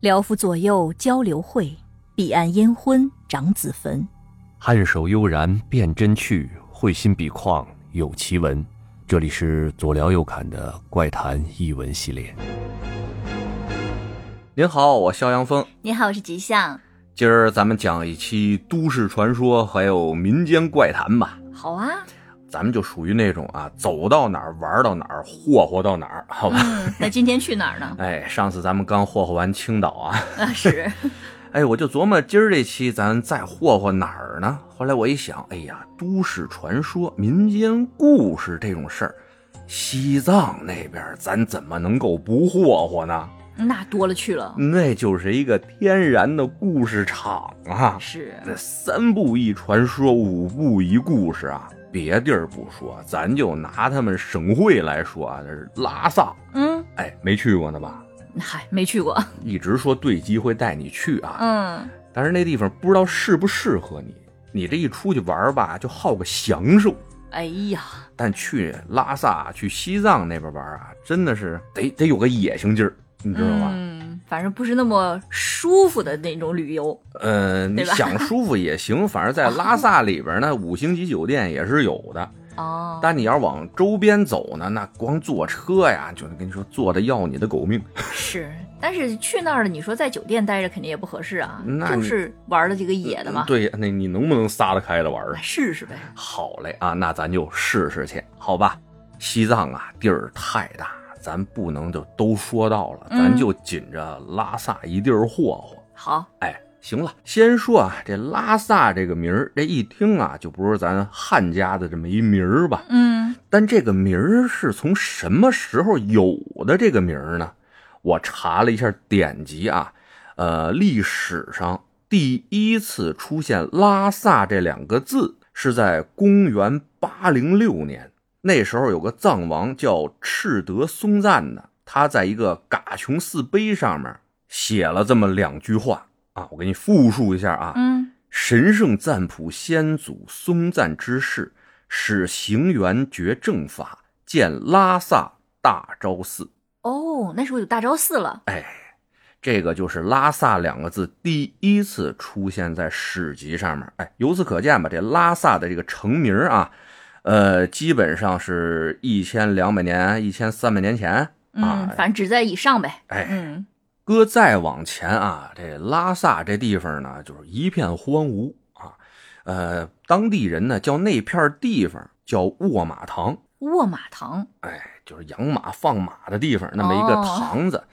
辽府左右交流会，彼岸烟婚长子坟。颔首悠然辨真趣，会心笔况有奇文。这里是左聊右侃的怪谈译文系列。您好，我肖阳峰。你好，我是吉祥。今儿咱们讲一期都市传说，还有民间怪谈吧。好啊，咱们就属于那种啊，走到哪儿玩到哪儿，霍霍到哪儿，好吧？ 嗯，那今天去哪儿呢？ 哎，上次咱们刚霍霍完青岛啊，啊是，哎，我就琢磨今儿这期咱再霍霍哪儿呢？后来我一想，哎呀，都市传说、民间故事这种事儿，西藏那边咱怎么能够不霍霍呢？ 那多了去了。那就是一个天然的故事场啊！是，这三步一传说，五步一故事啊。别地儿不说，咱就拿他们省会来说啊，这是拉萨。嗯，哎，没去过呢吧？嗨，没去过。一直说对机会带你去啊，嗯，但是那地方不知道适不适合你。你这一出去玩儿吧，就好个享受。哎呀，但去拉萨、啊去西藏那边玩儿啊，真的是得得有个野性劲儿，你知道吗？嗯，反正不是那么舒服的那种旅游。呃，你嗯对吧想舒服也行，反正 在拉萨里边呢，五星级酒店也是有的。哦，但你要往周边走呢，那光坐车呀，就跟你说坐的要你的狗命。是，但是去那儿了，你说在酒店待着肯定也不合适啊，那就你是玩的这个野的嘛。，哎对呀，那你能不能撒得开的玩儿？啊试试呗。好嘞啊，那咱就试试去，好吧？西藏啊，地儿太大，咱不能就都说到了，嗯咱就紧着拉萨一地儿霍霍。好，哎，行了，先说啊，这拉萨这个名儿，这一听啊，就不是咱汉家的这么一名儿吧？嗯，但这个名儿是从什么时候有的？这个名儿呢？我查了一下典籍啊，呃，历史上第一次出现“拉萨”这两个字是在公元八零六年，那时候有个藏王叫赤德松赞的，他在一个嘎琼寺碑上面写了这么两句话啊，我给你复述一下啊，嗯，神圣赞普先祖松赞之事，使行圆觉正法，建拉萨大昭寺。哦，那时候有大昭寺了。这个就是“拉萨”两个字第一次出现在史籍上面。哎，由此可见吧，这拉萨的这个城名啊，呃，基本上是一千两百年、一千三百年前啊嗯，。反正只在以上呗。哎嗯，搁再往前啊，这拉萨这地方呢，就是一片荒芜啊。呃，当地人呢叫那片地方叫卧马堂，卧马堂，哎，就是养马放马的地方，那么一个哦堂子。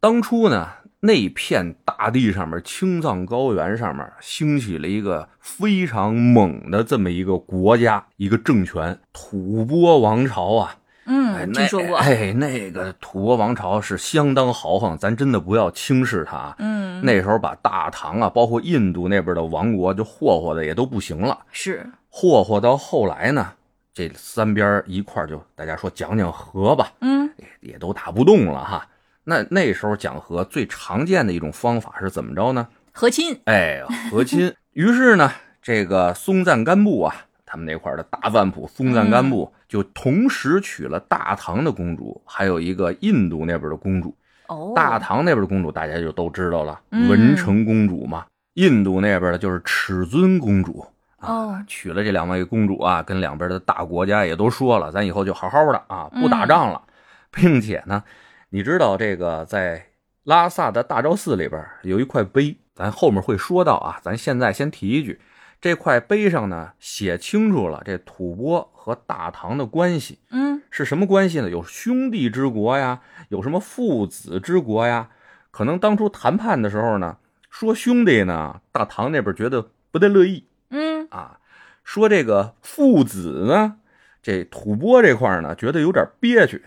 当初呢，那片大地上面，青藏高原上面兴起了一个非常猛的这么一个国家，一个政权——吐蕃王朝啊。哎，嗯，那听说过。哎，那个吐蕃王朝是相当豪横，咱真的不要轻视它啊。嗯，那时候把大唐啊，包括印度那边的王国，就霍霍的也都不行了。是，霍霍到后来呢，这三边儿一块儿就大家说讲讲和吧，嗯，也也都打不动了哈。那那时候讲和最常见的一种方法是怎么着呢？和亲。哎，和亲。于是呢，这个松赞干布啊，他们那块儿的大赞普松赞干布、就同时娶了大唐的公主，还有一个印度那边的公主。哦，大唐那边的公主大家就都知道了，嗯文成公主嘛。印度那边的就是尺尊公主。哦，娶了这两位公主啊，跟两边的大国家也都说了，咱以后就好好的啊，不打仗了，并且呢，你知道这个在拉萨的大昭寺里边有一块碑，咱后面会说到啊，咱现在先提一句，这块碑上呢写清楚了这吐蕃和大唐的关系嗯，是什么关系呢？有兄弟之国呀，有什么父子之国呀？可能当初谈判的时候呢，说兄弟呢，大唐那边觉得不太乐意。嗯，啊，说这个父子呢，这吐蕃这块儿呢，觉得有点憋屈，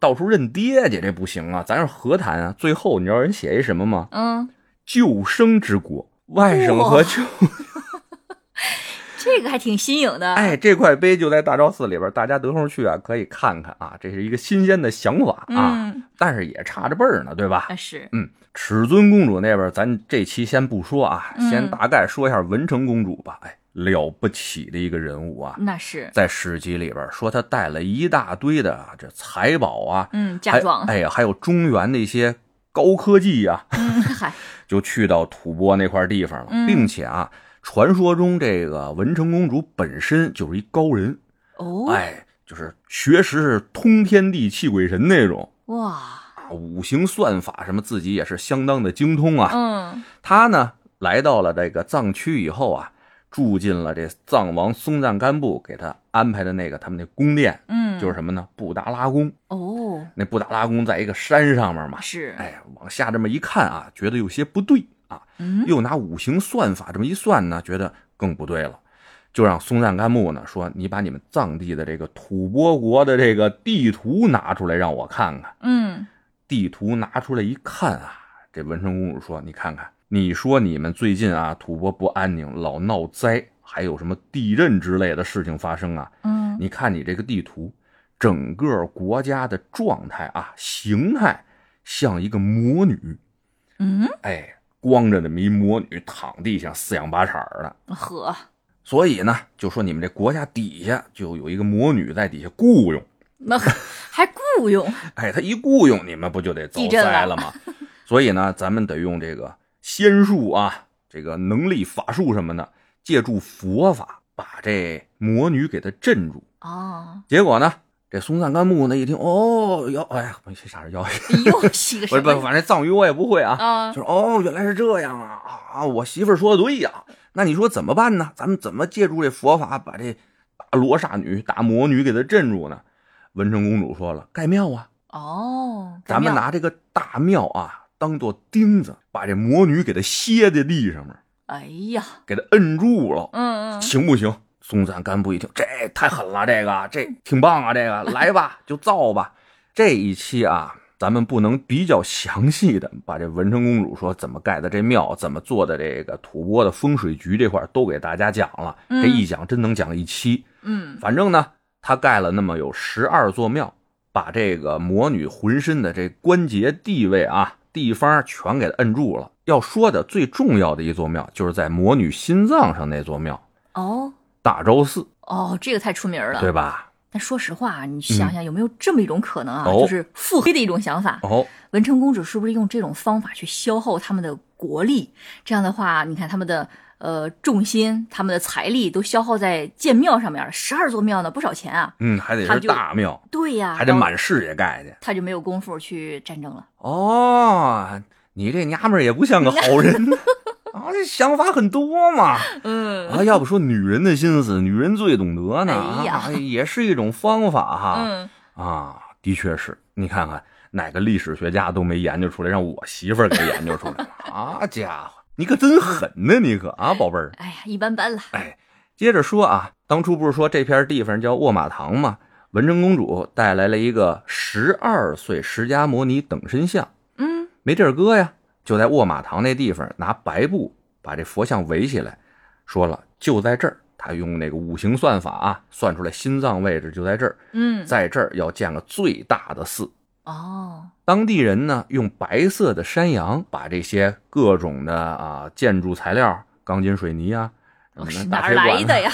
到处认爹去，这不行啊，咱是和谈啊。最后你知道人写一什么吗？嗯，救生之国，外甥和舅，这个还挺新颖的。，哎，这块碑就在大昭寺里边，大家得空去啊，可以看看啊，这是一个新鲜的想法啊，嗯，但是也差着辈儿呢，对吧？啊是，嗯，尺尊公主那边，咱这期先不说啊，嗯先大概说一下文成公主吧。哎，了不起的一个人物啊，那是，在史籍里边说他带了一大堆的啊这财宝啊，哎嗯，嫁妆。还哎呀，还有中原的一些高科技啊，嗯，嗨，就去到吐蕃那块地方了，嗯并且啊，传说中这个文成公主本身就是一高人，哦，哎，就是学识是通天地泣鬼神那种哇，啊，五行算法什么自己也是相当的精通啊。嗯，他呢来到了这个藏区以后啊，住进了这藏王松赞干布给他安排的那个他们那宫殿，嗯，就是什么呢？布达拉宫。哦，那布达拉宫在一个山上面嘛，是，哎，往下这么一看啊，觉得有些不对啊，嗯，又拿五行算法这么一算呢，觉得更不对了，就让松赞干布呢说：“你把你们藏地的这个吐蕃国的这个地图拿出来让我看看。”嗯，地图拿出来一看啊，这文成公主说：“你看看，你说你们最近啊，吐蕃不安宁，老闹灾，还有什么地震之类的事情发生啊？嗯，你看你这个地图，整个国家的状态啊，形态像一个魔女，嗯，哎，光着那么一魔女躺地上，四仰八叉儿的。呵，所以呢，就说你们这国家底下就有一个魔女在底下雇佣，那还雇佣，哎，她一雇佣你们不就得遭地震灾了 了吗？所以呢，咱们得用这个仙术啊，这个能力、法术什么的，借助佛法把这魔女给她镇住。哦，结果呢，这松赞干布呢一听，哦，妖，哎呀，没这啥是妖，又是一个什 不是不是，么？反正藏语我也不会啊。啊就，是哦，原来是这样啊啊！我媳妇儿说的对呀、那你说怎么办呢？咱们怎么借助这佛法把这大罗刹女、大魔女给她镇住呢？文成公主说了，盖庙啊，哦，咱怎们么样拿这个大庙啊当做钉子，把这魔女给她歇在地上面，哎呀，给她摁住了，嗯嗯，行不行？松赞干布一听，这太狠了，这个这挺棒啊，这个来吧，就造吧。这一期啊，咱们不能比较详细的把这文成公主说怎么盖的这庙，怎么做的这个吐蕃的风水局这块儿都给大家讲了。嗯这一讲真能讲一期。嗯，反正呢，他盖了那么有十二座庙，把这个魔女浑身的这关节地位啊地方全给她摁住了。要说的最重要的一座庙，就是在魔女心脏上那座庙。哦大昭寺，哦，这个太出名了，对吧？但说实话，啊你想想有没有这么一种可能啊？哦就是腹黑的一种想法。哦，文成公主是不是用这种方法去消耗他们的国力？这样的话，你看他们的呃重心、他们的财力都消耗在建庙上面了，十二座庙呢，不少钱啊。嗯，还得他是就大庙，对呀、还得到满世界盖去。他就没有功夫去战争了。哦，你这娘们儿也不像个好人啊，这想法很 多嘛。嗯啊，要不说女人的心思，女人最懂得呢，哎呀啊，也是一种方法哈。嗯，啊，的确是你看看哪个历史学家都没研究出来，让我媳妇儿给研究出来 了。啊，家伙，你可真狠呢，你可啊，宝贝儿。哎呀，一般般了。接着说啊，当初不是说这片地方叫卧马堂吗？文成公主带来了一个十二岁释迦摩尼等身像，嗯，没地儿搁呀，就在卧马堂那地方拿白布把这佛像围起来，说了就在这儿。他用那个五行算法啊，算出来心脏位置就在这儿，嗯，在这儿要建个最大的寺。哦，当地人呢，用白色的山羊把这些各种的啊建筑材料，钢筋水泥啊，什我么是的哪大儿铁来管啊的 呀？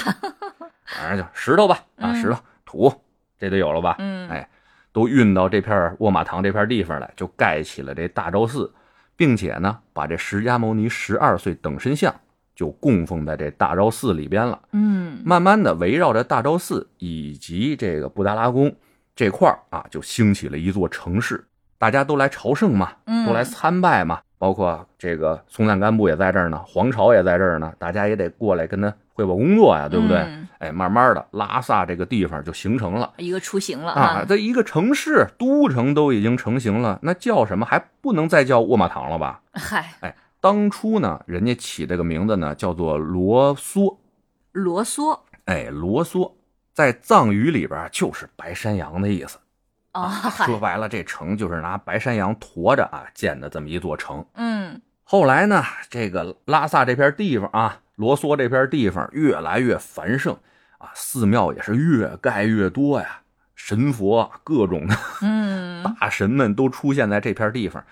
反正就石头吧，啊，嗯石头、土，这都有了吧？嗯哎，都运到这片卧马堂这片地方来，就盖起了这大昭寺，并且呢，把这释迦牟尼十二岁等身像就供奉在这大昭寺里边了。嗯，慢慢的，围绕着大昭寺以及这个布达拉宫这块儿啊，就兴起了一座城市，大家都来朝圣嘛，嗯都来参拜嘛，包括这个松赞干布也在这儿呢，皇朝也在这儿呢，大家也得过来跟他汇报工作呀，对不对？嗯哎，慢慢的，拉萨这个地方就形成了。一个雏形了啊，哈。这一个城市都城都已经成型了，那叫什么？还不能再叫卧马堂了吧？嗨，当初呢，人家起这个名字呢，叫做罗梭，罗嗦哎，罗梭在藏语里边就是白山羊的意思。啊，说嗨，白了，这城就是拿白山羊驮着啊建的这么一座城。嗯，后来呢，这个拉萨这片地方啊，罗梭这片地方越来越繁盛啊，寺庙也是越盖越多呀，神佛啊各种的嗯，大神们都出现在这片地方。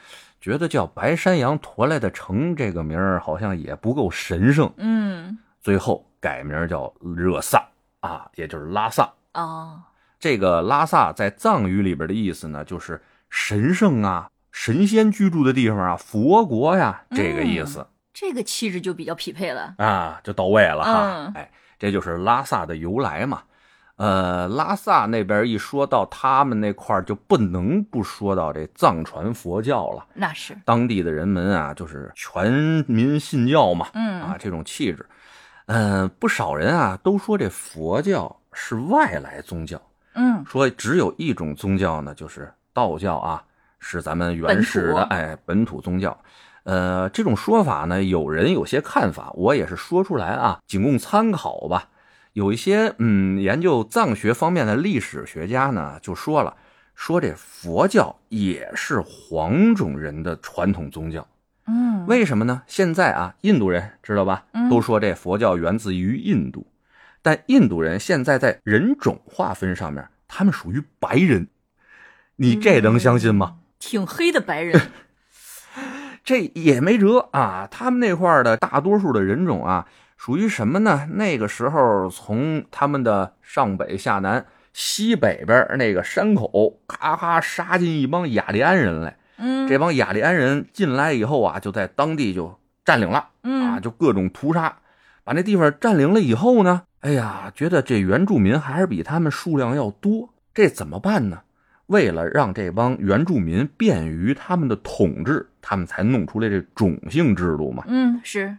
觉得叫白山羊驮来的城这个名儿好像也不够神圣，嗯，最后改名叫热萨啊，也就是拉萨。哦，这个拉萨在藏语里边的意思呢，就是神圣啊、神仙居住的地方啊，佛国呀，这个意思、这个气质就比较匹配了。啊，就到位了哈嗯。哎，这就是拉萨的由来嘛。呃，拉萨那边一说到他们那块儿，就不能不说到这藏传佛教了。那是，当地的人们啊，就是全民信教嘛，嗯啊，这种气质。嗯、不少人啊都说这佛教是外来宗教，嗯，说只有一种宗教呢，就是道教啊，是咱们原始的本土哎本土宗教。呃，这种说法呢，有人有些看法，我也是说出来啊，仅供参考吧。有一些嗯研究藏学方面的历史学家呢，就说了，说这佛教也是黄种人的传统宗教。嗯，为什么呢？现在啊，印度人知道吧嗯？都说这佛教源自于印度，但印度人现在在人种划分上面，他们属于白人。你嗯这能相信吗？挺黑的白 人，这也没辙啊！他们那块儿的大多数的人种啊，属于什么呢？那个时候从他们的上北下南、西北边儿那个山口，咔咔杀进一帮雅利安人来。嗯，这帮雅利安人进来以后啊，就在当地就占领了。啊，嗯，就各种屠杀，把那地方占领了以后呢，哎呀，觉得这原住民还是比他们数量要多，这怎么办呢？为了让这帮原住民便于他们的统治，他们才弄出来这种姓制度嘛。嗯，是，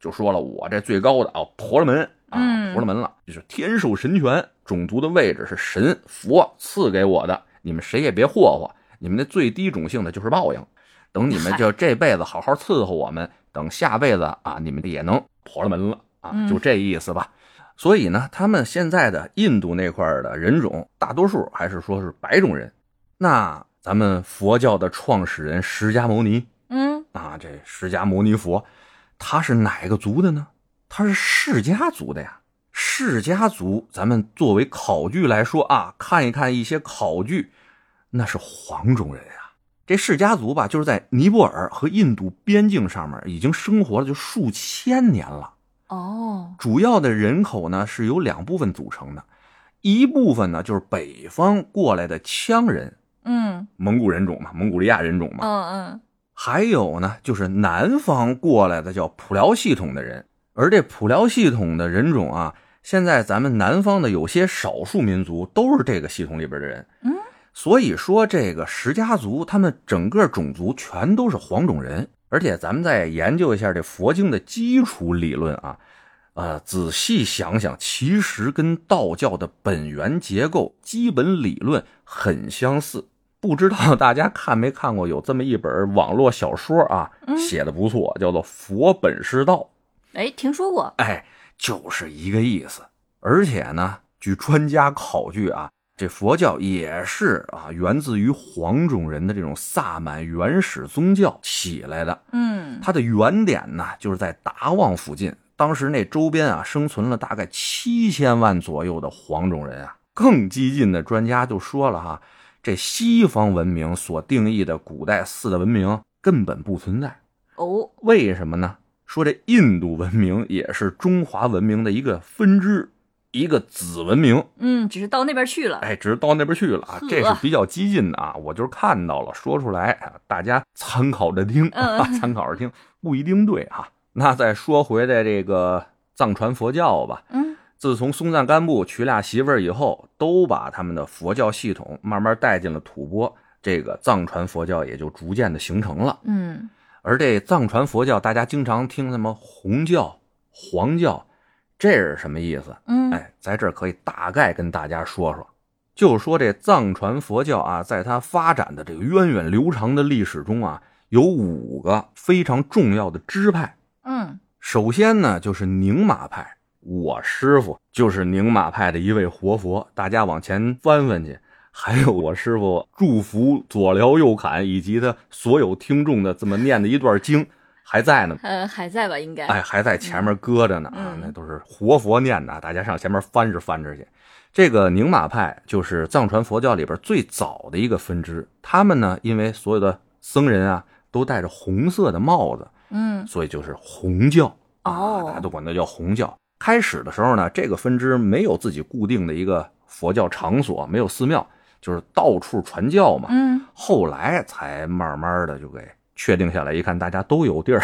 就说了，我这最高的啊，婆罗门啊，嗯婆罗门了，就是天授神权，种族的位置是神佛赐给我的，你们谁也别霍霍，你们那最低种姓的就是报应，等你们嗨就这辈子好好伺候我们，等下辈子啊，你们也能婆罗门了啊，嗯就这意思吧。所以呢，他们现在的印度那块儿的人种，大多数还是说是白种人。那咱们佛教的创始人释迦牟尼，嗯，啊，这释迦牟尼佛，他是哪个族的呢？他是释迦族的呀。释迦族，咱们作为考据来说啊，看一看一些考据，那是黄种人呀。这释迦族吧，就是在尼泊尔和印度边境上面已经生活了就数千年了。哦，主要的人口呢是由两部分组成的，一部分呢就是北方过来的羌人，嗯，蒙古人种嘛，蒙古利亚人种嘛。嗯嗯，还有呢，就是南方过来的叫普辽系统的人，而这普辽系统的人种啊，现在咱们南方的有些少数民族都是这个系统里边的人。嗯，所以说这个石家族，他们整个种族全都是黄种人。而且咱们再研究一下这佛经的基础理论啊，呃，仔细想想，其实跟道教的本源结构、基本理论很相似。不知道大家看没看过有这么一本网络小说啊，嗯写的不错，叫做《佛本是道》，哎，听说过，哎，就是一个意思。而且呢，据专家考据啊，这佛教也是啊，源自于黄种人的这种萨满原始宗教起来的。嗯，它的原点呢，就是在达旺附近。当时那周边啊，生存了大概七千万左右的黄种人啊。更激进的专家就说了哈，这西方文明所定义的古代四大文明根本不存在。哦，为什么呢？说这印度文明也是中华文明的一个分支，一个子文明。嗯，只是到那边去了，哎，只是到那边去了啊，呵这是比较激进的啊，我就是看到了，说出来啊，大家参考着听，嗯啊、参考着听，不一定对啊。那再说回来这个藏传佛教吧，嗯，自从松赞干布娶俩媳妇儿以后，都把他们的佛教系统慢慢带进了吐蕃，这个藏传佛教也就逐渐的形成了。嗯，而这藏传佛教，大家经常听什么红教、黄教，这是什么意思？嗯，哎，在这儿可以大概跟大家说说，就说这藏传佛教啊，在它发展的这个源远流长的历史中啊，有五个非常重要的支派。嗯，首先呢，就是宁玛派，我师傅就是宁玛派的一位活佛，大家往前翻翻去。还有我师傅祝福左聊右侃以及他所有听众的这么念的一段经，还在呢。呃，还在吧，应该，哎，还在前面搁着呢啊，嗯那都是活佛念的啊，大家上前面翻着翻着去。这个宁玛派就是藏传佛教里边最早的一个分支，他们呢，因为所有的僧人啊都戴着红色的帽子，嗯，所以就是红教啊，哦大家都管它叫红教。开始的时候呢，这个分支没有自己固定的一个佛教场所，没有寺庙，就是到处传教嘛。嗯，后来才慢慢的就给确定下来，一看大家都有地儿，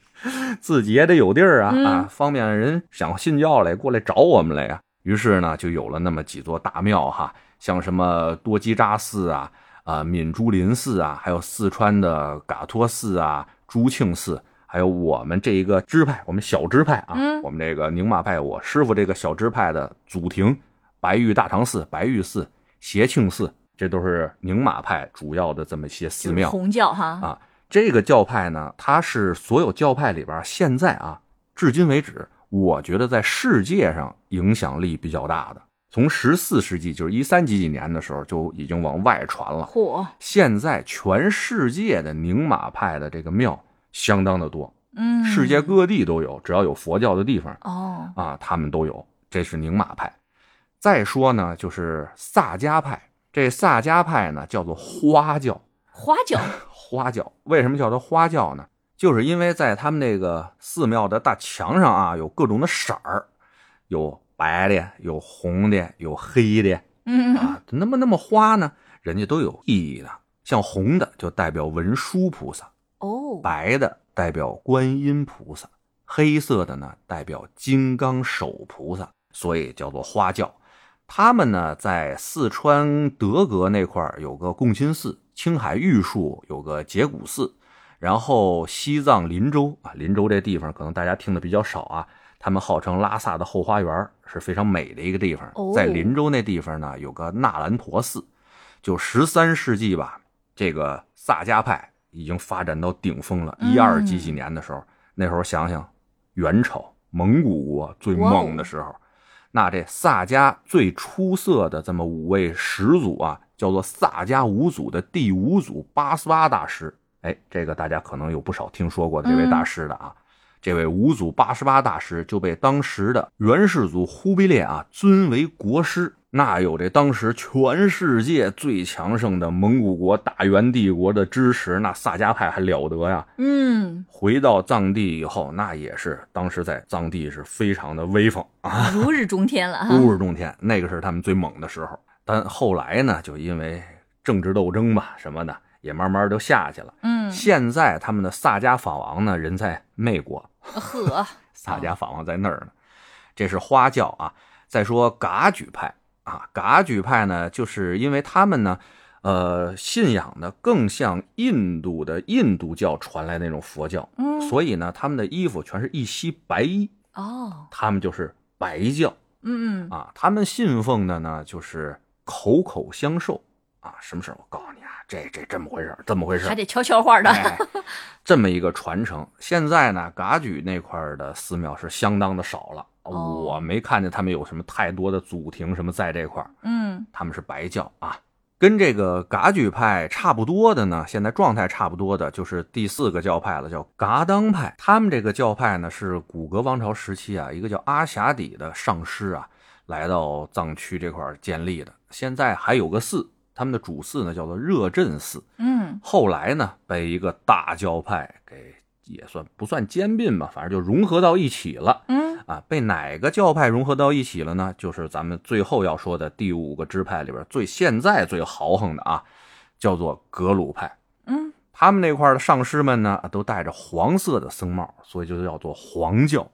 自己也得有地儿啊、嗯啊，方便人想信教来过来找我们来呀、于是呢，就有了那么几座大庙哈，像什么多吉扎寺啊、啊敏珠林寺啊，还有四川的嘎托寺啊、朱庆寺，还有我们这一个支派，我们小支派啊，嗯我们这个宁玛派，我师傅这个小支派的祖庭白玉大唐寺、白玉寺、协庆寺，这都是宁玛派主要的这么些寺就是庙。红教哈，啊这个教派呢，它是所有教派里边儿现在啊，至今为止，我觉得在世界上影响力比较大的。从十四世纪，就是一三几几年的时候，就已经往外传了。火，现在全世界的宁玛派的这个庙相当的多，嗯，世界各地都有，只要有佛教的地方哦，啊，他们都有。这是宁玛派。再说呢，就是萨迦派。这萨迦派呢，叫做花教。 花教，花教。为什么叫它花教呢？就是因为在他们那个寺庙的大墙上啊，有各种的色儿，有白的，有红的，有黑的嗯，啊。那么那么花呢，人家都有意义的。像红的就代表文殊菩萨，哦，白的代表观音菩萨，黑色的呢代表金刚手菩萨，所以叫做花教。他们呢在四川德格那块儿有个共亲寺，青海玉树有个节骨寺，然后西藏林州啊，林州这地方可能大家听的比较少啊。他们号称拉萨的后花园，是非常美的一个地方哦。在林州那地方呢，有个纳兰陀寺，就十三世纪吧，这个萨迦派已经发展到顶峰了。嗯一二几几年的时候，那时候想想，元朝蒙古国最哇哦猛的时候，那这萨迦最出色的这么五位始祖啊，叫做萨迦五祖的第五祖八思巴大师。哎，这个大家可能有不少听说过这位大师的啊。这位五祖八十八大师就被当时的元世祖忽必烈啊尊为国师。那有这当时全世界最强盛的蒙古国大元帝国的支持，那萨迦派还了得呀！嗯，回到藏地以后，那也是当时在藏地是非常的威风啊。如日中天了哈，如日中天，那个是他们最猛的时候。但后来呢，就因为政治斗争吧什么的，也慢慢就下去了。嗯，现在他们的萨迦法王呢，人在美啊国，呵，萨迦法王在那儿呢。这是花教啊。再说噶举派啊，噶举派呢，就是因为他们呢，呃，信仰的更像印度的印度教传来那种佛教，嗯，所以呢，他们的衣服全是一袭白衣，哦，他们就是白教。嗯嗯，啊，他们信奉的呢就是口口相授啊，什么事儿我告诉你啊，这这这么回事儿，这么回事儿，还得悄悄话的，哎，这么一个传承。现在呢，噶举那块儿的寺庙是相当的少了，哦我没看见他们有什么太多的祖庭什么在这块儿， 嗯，他们是白教啊。跟这个噶举派差不多的呢，现在状态差不多的就是第四个教派了，叫噶当派。他们这个教派呢，是古格王朝时期啊，一个叫阿霞底的上师啊，来到藏区这块儿建立的。现在还有个寺，他们的主寺呢叫做热振寺。嗯，后来呢，被一个大教派给也算不算兼并吧，反正就融合到一起了。嗯，啊，被哪个教派融合到一起了呢？就是咱们最后要说的第五个支派里边最现在最豪横的啊，叫做格鲁派。嗯，他们那块儿的上师们呢，都戴着黄色的僧帽，所以就叫做黄教。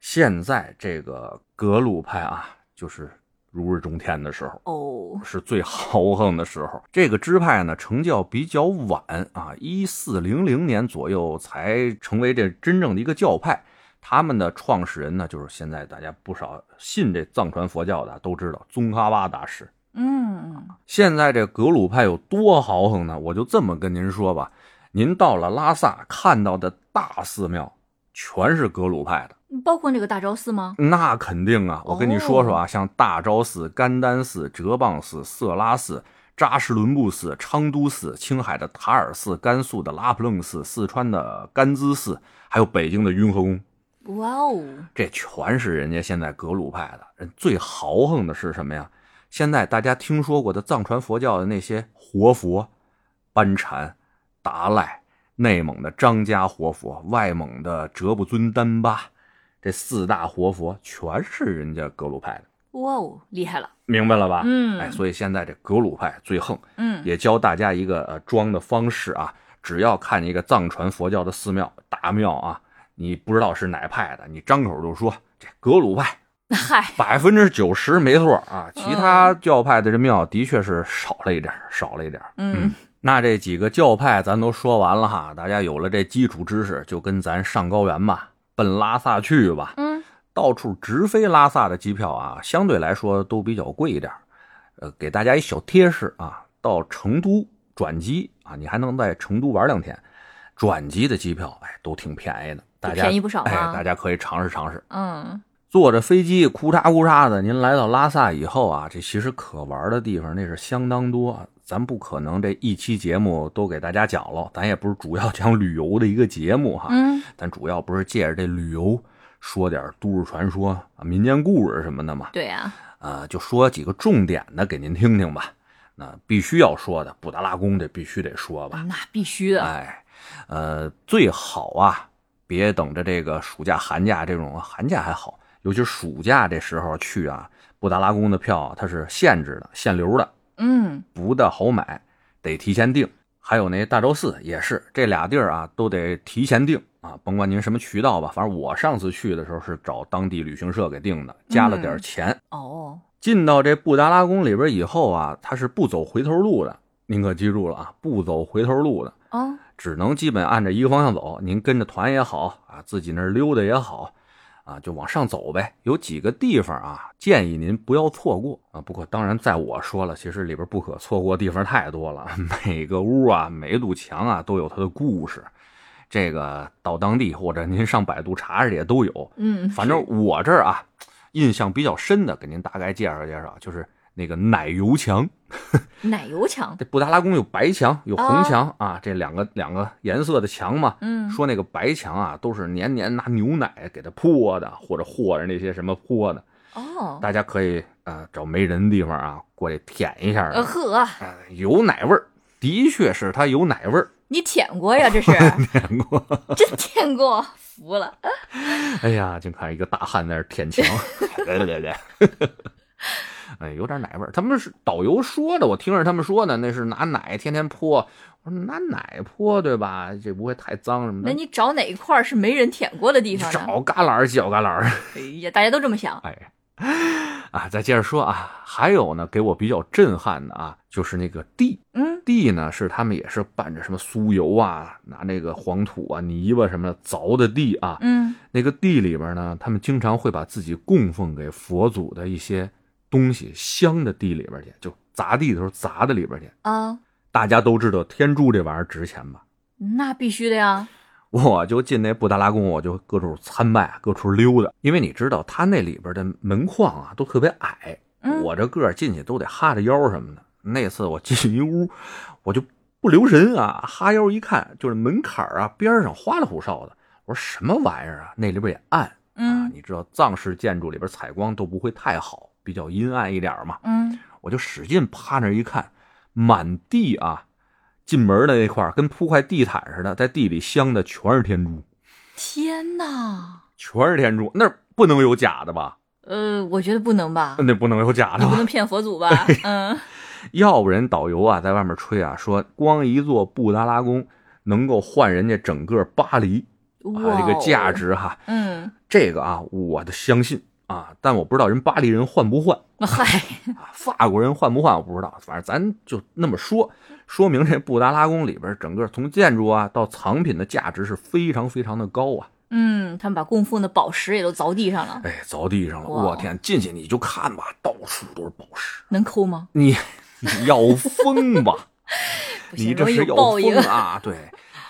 现在这个格鲁派啊，就是如日中天的时候。哦，是最豪横的时候。这个支派呢，成教比较晚啊，一四零零年左右才成为这真正的一个教派。他们的创始人呢，就是现在大家不少信这藏传佛教的都知道宗喀巴大师。嗯，现在这格鲁派有多豪横呢？我就这么跟您说吧，您到了拉萨看到的大寺庙，全是格鲁派的。嗯包括那个大昭寺吗？那肯定啊！我跟你说说啊，像大昭寺、甘丹寺、哲蚌寺、色拉寺、扎什伦布寺、昌都寺、青海的塔尔寺、甘肃的拉卜楞寺、四川的甘孜寺，还有北京的雍和宫，哇哦，这全是人家现在格鲁派的。人最豪横的是什么呀？现在大家听说过的藏传佛教的那些活佛，班禅、达赖、内蒙的张家活佛、外蒙的哲布尊丹巴，这四大活佛全是人家格鲁派的。哇哦，厉害了，明白了吧？嗯哎，所以现在这格鲁派最横，嗯，也教大家一个呃装的方式啊，只要看见一个藏传佛教的寺庙大庙啊，你不知道是哪派的，你张口就说这格鲁派， 嗨，百分之九十没错啊，嗯其他教派的这庙的确是少了一点儿，少了一点儿。嗯，那这几个教派咱都说完了哈，大家有了这基础知识，就跟咱上高原吧，奔拉萨去吧。嗯，到处直飞拉萨的机票啊，相对来说都比较贵一点儿。呃，给大家一小贴士啊，到成都转机啊，你还能在成都玩两天。转机的机票，哎，都挺便宜的，大家便宜不少啊哎，大家可以尝试尝试。嗯，坐着飞机哭嚓哭嚓的，您来到拉萨以后啊，这其实可玩的地方那是相当多，咱不可能这一期节目都给大家讲了，咱也不是主要讲旅游的一个节目哈，嗯，咱主要不是借着这旅游说点都市传说、啊、民间故事什么的嘛，对啊，呃，就说几个重点的给您听听吧。那必须要说的，布达拉宫这必须得说吧，那必须的，哎，呃，最好啊，别等着这个暑假、寒假这种，呃寒假还好，尤其是暑假这时候去啊，布达拉宫的票它是限制的、限流的，嗯，不大好买，得提前订。还有那大昭寺也是，这俩地儿啊都得提前订啊，甭管您什么渠道吧，反正我上次去的时候是找当地旅行社给订的，加了点钱。哦，进到这布达拉宫里边以后啊，它是不走回头路的，您可记住了啊，不走回头路的。哦，只能基本按着一个方向走。您跟着团也好啊，自己那儿溜达也好，啊，就往上走呗。有几个地方啊，建议您不要错过啊。不过当然，在我说了，其实里边不可错过地方太多了， 每个屋啊、每堵墙啊都有它的故事。这个到当地或者您上百度查查也都有。嗯，反正我这儿啊，印象比较深的，给您大概介绍介绍，就是那个奶油墙。奶油墙，这布达拉宫有白墙有红墙啊，这两个两个颜色的墙嘛。哦嗯说那个白墙啊，都是年年拿牛奶给它泼的，或者和着那些什么泼的。哦，大家可以呃找没人的地方啊，过去舔一下，呃呵，呃有奶味儿，的确是它有奶味儿。你舔过呀？这是 舔过， 真舔过，服了。哎呀，就看一个大汉在那儿 舔墙，来来来来。 哎，有点奶味儿。他们是导游说的，我听着他们说的，那是拿奶天天泼。我说拿奶泼对吧？这不会太脏什么的那。你找哪一块儿是没人舔过的地你方呢？嗯找旮旯儿脚旮旯儿。 哎呀，大家都这么想。哎，啊，再接着说啊，还有呢，给我比较震撼的啊，就是那个地嗯，地呢，是他们也是拌着什么酥油啊，拿那个黄土啊、泥巴什么的凿的地啊。嗯，那个地里边呢，他们经常会把自己供奉给佛祖的一些东西镶的地里边去，就砸地的时候砸的里边去。啊，大家都知道天珠这玩意儿值钱吧？那必须的呀。 我就进那布达拉宫，我就各处参拜，各处溜达。因为你知道，它那里边的门框啊都特别矮，嗯我这个儿进去都得哈着腰什么的。那次我进一屋，我就不留神啊，哈腰一看，就是门槛儿啊边上花里胡哨的。我说什么玩意儿啊？那里边也暗、啊嗯，你知道藏式建筑里边采光都不会太好，比较阴暗一点儿嘛。嗯，我就使劲趴那儿一看，满地啊，进门的那块儿跟铺块地毯似的，在地里镶的全是天珠，天哪，全是天珠，那儿不能有假的吧？呃，我觉得不能吧，那不能有假的你不吧？能骗佛祖 吧？嗯，要不然导游啊在外面吹啊，说光一座布达拉宫能够换人家整个巴黎啊哇，哦这个价，值哈，嗯，这个啊我的相信啊，但我不知道人巴黎人换不换。嗨，啊法国人换不换我不知道，反正咱就那么说，说明这布达拉宫里边整个从建筑啊到藏品的价值是非常非常的高啊！嗯，他们把供奉的宝石也都凿地上了，哎，凿地上了，哇我天，进去你就看吧，到处都是宝石，能抠吗？你你要疯吧？ 不你行，这容易是有要报应疯。啊！对，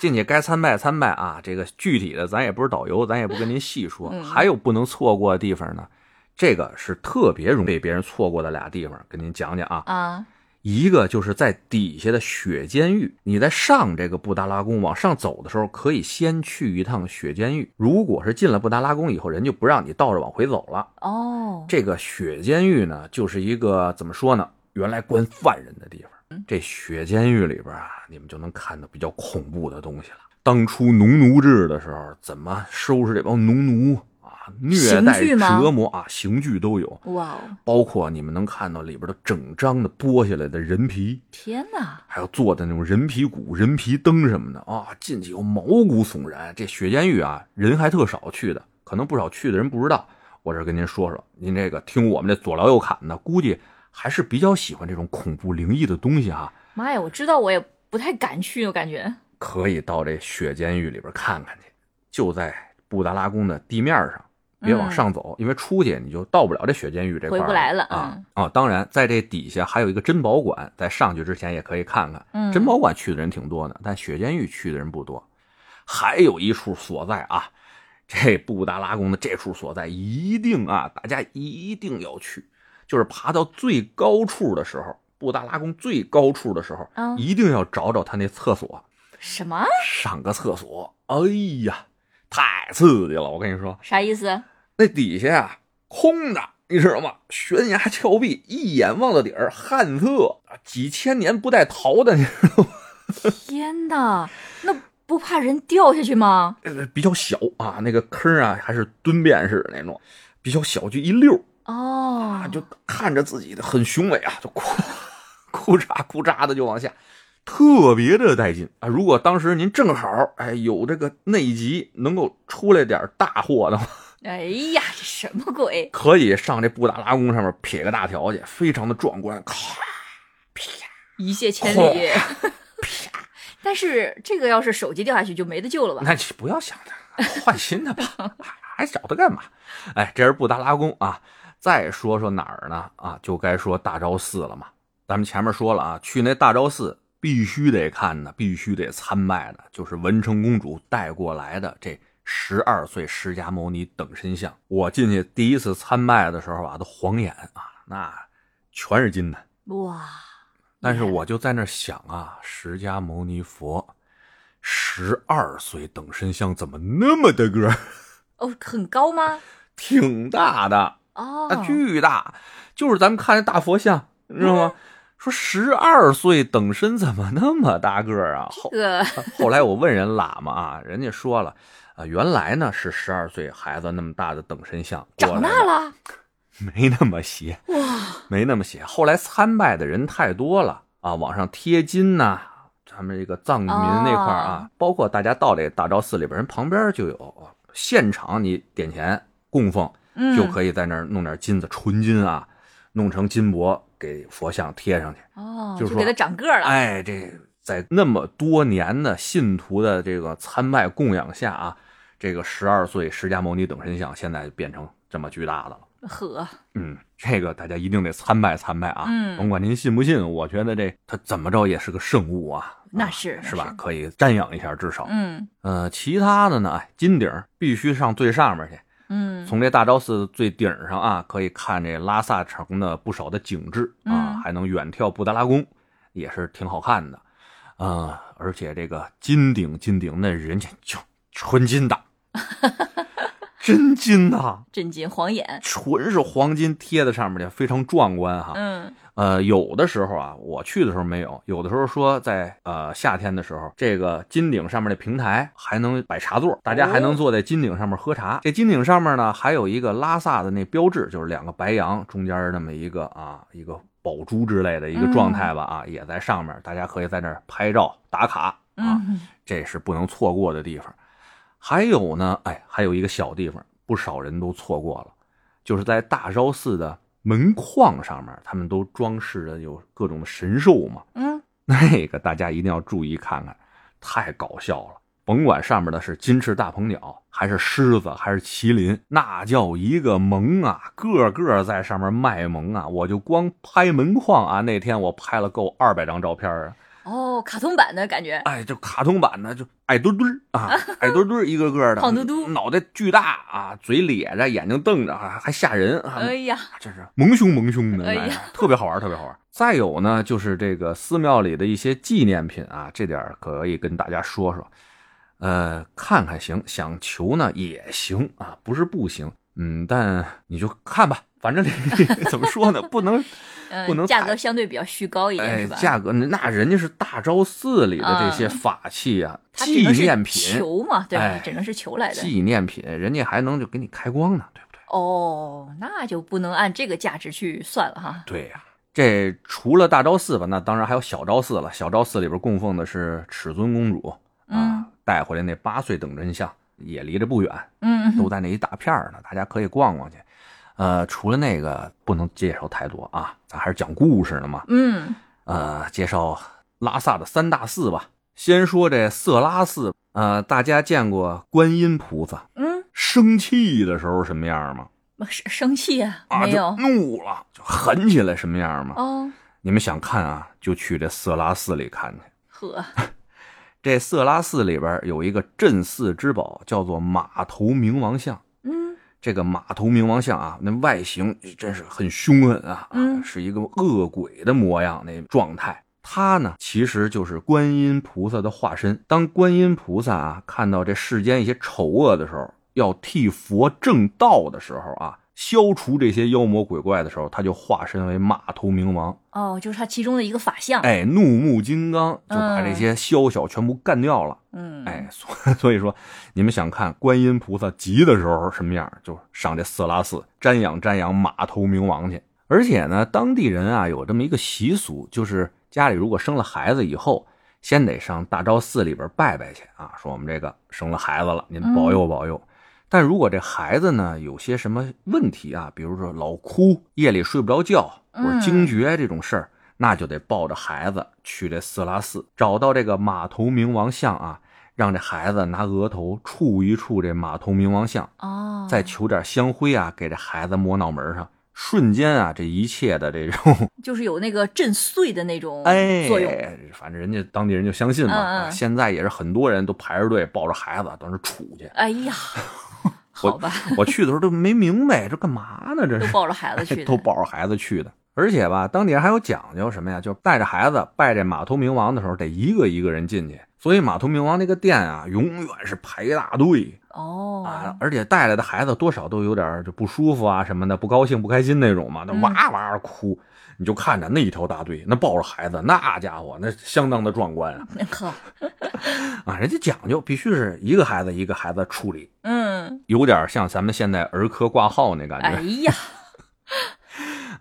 进去该参拜参拜啊，这个具体的咱也不是导游，咱也不跟您细说。嗯还有不能错过的地方呢，这个是特别容易被别人错过的俩地方，跟您讲讲啊。啊，一个就是在底下的雪监狱，你在上这个布达拉宫往上走的时候，可以先去一趟雪监狱。如果是进了布达拉宫以后，人就不让你倒着往回走了。哦，这个雪监狱呢，就是一个怎么说呢，原来关犯人的地方。这雪监狱里边啊，你们就能看到比较恐怖的东西了。当初农奴制的时候，怎么收拾这帮农奴啊，虐待、刑具吗折磨啊，刑具都有，哇哦，包括你们能看到里边的整张的剥下来的人皮，天哪！还有做的那种人皮鼓、人皮灯什么的啊，进去以后毛骨悚然。这雪监狱啊，人还特少去的，可能不少去的人不知道。我这儿跟您说说，您这个听我们这左聊右侃的，估计还是比较喜欢这种恐怖灵异的东西啊哈、妈呀，我知道我也不太敢去，我感觉可以到这雪监狱里边看看去，就在布达拉宫的地面上，别往上走，因为出去你就到不了这雪监狱这块嗯回儿不来了嗯啊啊！当然，在这底下还有一个珍宝馆，在上去之前也可以看看。嗯珍宝馆去的人挺多的，但雪监狱去的人不多。还有一处所在啊， 这布达拉宫的这处所在一定啊，大家一定要去，就是爬到最高处的时候，布达拉宫最高处的时候，嗯一定要找找他那厕所。什么上个厕所，哎呀，太刺激了！我跟你说，啥意思？那底下啊空着，你知道吗？悬崖峭壁，一眼望到底儿，旱厕，几千年不带淘的，你知道吗？天哪，那不怕人掉下去吗？呃比较小啊，那个坑啊还是蹲便式的那种，比较小，就一溜哦，啊，就看着自己的很雄伟啊，就哭哭嚓哭嚓的就往下。特别的带劲啊！如果当时您正好哎有这个内急，能够出来点大祸的话，哎呀，这什么鬼？可以上这布达拉宫上面撇个大条去，非常的壮观。咔，一泻千里。 但是这个要是手机掉下去就没得救了吧？那你不要想它，换新的吧，还找它干嘛？哎，这是布达拉宫啊。再说说哪儿呢？啊，就该说大昭寺了嘛。咱们前面说了啊，去那大昭寺必须得看的，必须得参拜的，就是文成公主带过来的这十二岁释迦牟尼等身像。我进去第一次参拜的时候啊，都晃眼啊，那全是金的。哇，但是我就在那儿想啊，释迦牟尼佛十二岁等身像怎么那么大个儿？ 哦，很高吗？挺大的，哦，啊，巨大，就是咱们看那大佛像，你知道嗯吗？说十二岁等身怎么那么大个儿啊？后这个后来我问人喇嘛啊，人家说了，啊、原来呢是十二岁孩子那么大的等身像，过长来大的了 没那么邪。哇，没那么写。后来参拜的人太多了啊，网上贴金呐、咱们这个藏民哦那块儿啊，包括大家到这大昭寺里边，人旁边就有现场，你点钱供奉嗯，就可以在那儿弄点金子，纯金啊，弄成金箔给佛像贴上去。哦，就就是说给它长个儿了。哎，这在那么多年的信徒的这个参拜供养下啊，这个十二岁释迦牟尼等身像现在就变成这么巨大的了。呵，嗯，这个大家一定得参拜参拜啊，嗯甭管您信不信，我觉得这它怎么着也是个圣物啊，那啊是是那吧是？可以瞻仰一下，至少，嗯呃，其他的呢，哎，金顶儿必须上最上面去，嗯，从这大昭寺最顶儿上啊，可以看这拉萨城的不少的景致啊，嗯还能远眺布达拉宫，也是挺好看的，啊、而且这个金顶金顶那人家就纯金 的，真金呐、震惊晃眼。纯是黄金贴在上面的，非常壮观哈。嗯，呃，有的时候啊，我去的时候没有，有的时候说在呃夏天的时候，这个金顶上面的平台还能摆茶座，大家还哦能坐在金顶上面喝茶。这金顶上面呢，还有一个拉萨的那标志，就是两个白羊中间那么一个啊一个宝珠之类的一嗯个状态吧啊，也在上面，大家可以在那儿拍照打卡啊。嗯，这是不能错过的地方。还有呢，哎，还有一个小地方，不少人都错过了，就是在大昭寺的门框上面，他们都装饰着有各种的神兽嘛。嗯，那个大家一定要注意看看，太搞笑了。甭管上面的是金翅大鹏鸟，还是狮子，还是麒麟，那叫一个萌啊！个个在上面卖萌啊！我就光拍门框啊，那天我拍了够二百张照片啊。哦，卡通版的感觉。哎，就卡通版的，就矮墩墩儿 啊，矮墩墩儿一个个的，胖嘟嘟脑袋巨大啊，嘴咧着，眼睛瞪着，还还吓人啊，哎呀，真是萌凶萌凶的，哎呀哎呀特别好玩，特别好玩。再有呢，就是这个寺庙里的一些纪念品啊，这点儿可以跟大家说说，呃，看看行，想求呢也行啊，不是不行。嗯，但你就看吧，反正你 怎么说呢，不能不能嗯，价格相对比较虚高一点、哎是吧？，价格那人家是大昭寺里的这些法器啊，它只纪能是念品，球嘛，对吧？哎只能是球来的。纪念品，人家还能就给你开光呢，对不啊对？哦，那就不能按这个价值去算了哈。对呀、这除了大昭寺吧，那当然还有小昭寺了。小昭寺里边供奉的是尺尊公主啊嗯，带回来那八岁等真相，也离着不远，嗯，都在那一大片儿呢，大家可以逛逛去。呃，除了那个不能介绍太多啊，咱还是讲故事呢嘛。嗯呃，介绍拉萨的三大寺吧。先说这色拉寺，呃，大家见过观音菩萨嗯，生气的时候什么样吗？生生气啊？啊，没有就怒了，就狠起来什么样吗？哦，你们想看啊，就去这色拉寺里看去。呵，这色拉寺里边有一个镇寺之宝，叫做马头明王像。嗯这个马头冥王像啊，那外形真是很凶狠啊，啊嗯是一个恶鬼的模样那状态。它呢，其实就是观音菩萨的化身。当观音菩萨啊看到这世间一些丑恶的时候，要替佛正道的时候啊，消除这些妖魔鬼怪的时候，他就化身为马头冥王，哦，就是它其中的一个法相。哎，怒目金刚就把这些宵小全部干掉了。嗯，哎，，所 所以说，你们想看观音菩萨急的时候什么样，就上这色拉寺瞻仰瞻仰马头明王去。而且呢，当地人啊有这么一个习俗，就是家里如果生了孩子以后，先得上大昭寺里边拜拜去啊，说我们这个生了孩子了，您保佑保佑。但如果这孩子呢有些什么问题啊，比如说老哭、夜里睡不着觉或嗯者惊厥这种事儿，那就得抱着孩子去这色拉寺，找到这个马头明王像啊，让这孩子拿额头触一触这马头明王像，哦，再求点香灰啊，给这孩子抹脑门上。瞬间啊，这一切的这种就是有那个震碎的那种哎哦作用。，反正人家当地人就相信嘛。嗯嗯啊现在也是很多人都排着队抱着孩子等着杵去。哎 呀，好吧，我去的时候都没明白这干嘛呢，这都是抱着孩 子去的，都抱着孩子去的。而且吧，当地人还有讲究什么呀？就是带着孩子拜这马头明王的时候，得一个一个人进去。所以马头明王那个殿啊，永远是排一大队哦，啊，而且带来的孩子多少都有点就不舒服啊什么的，不高兴、不开心那种嘛，那嗯哇哇地哭。你就看着那一条大队，那抱着孩子，那家伙那相当的壮观啊！呵，啊，人家讲究必须是一个孩子一个孩子处理，嗯，有点像咱们现在儿科挂号那感觉。哎呀，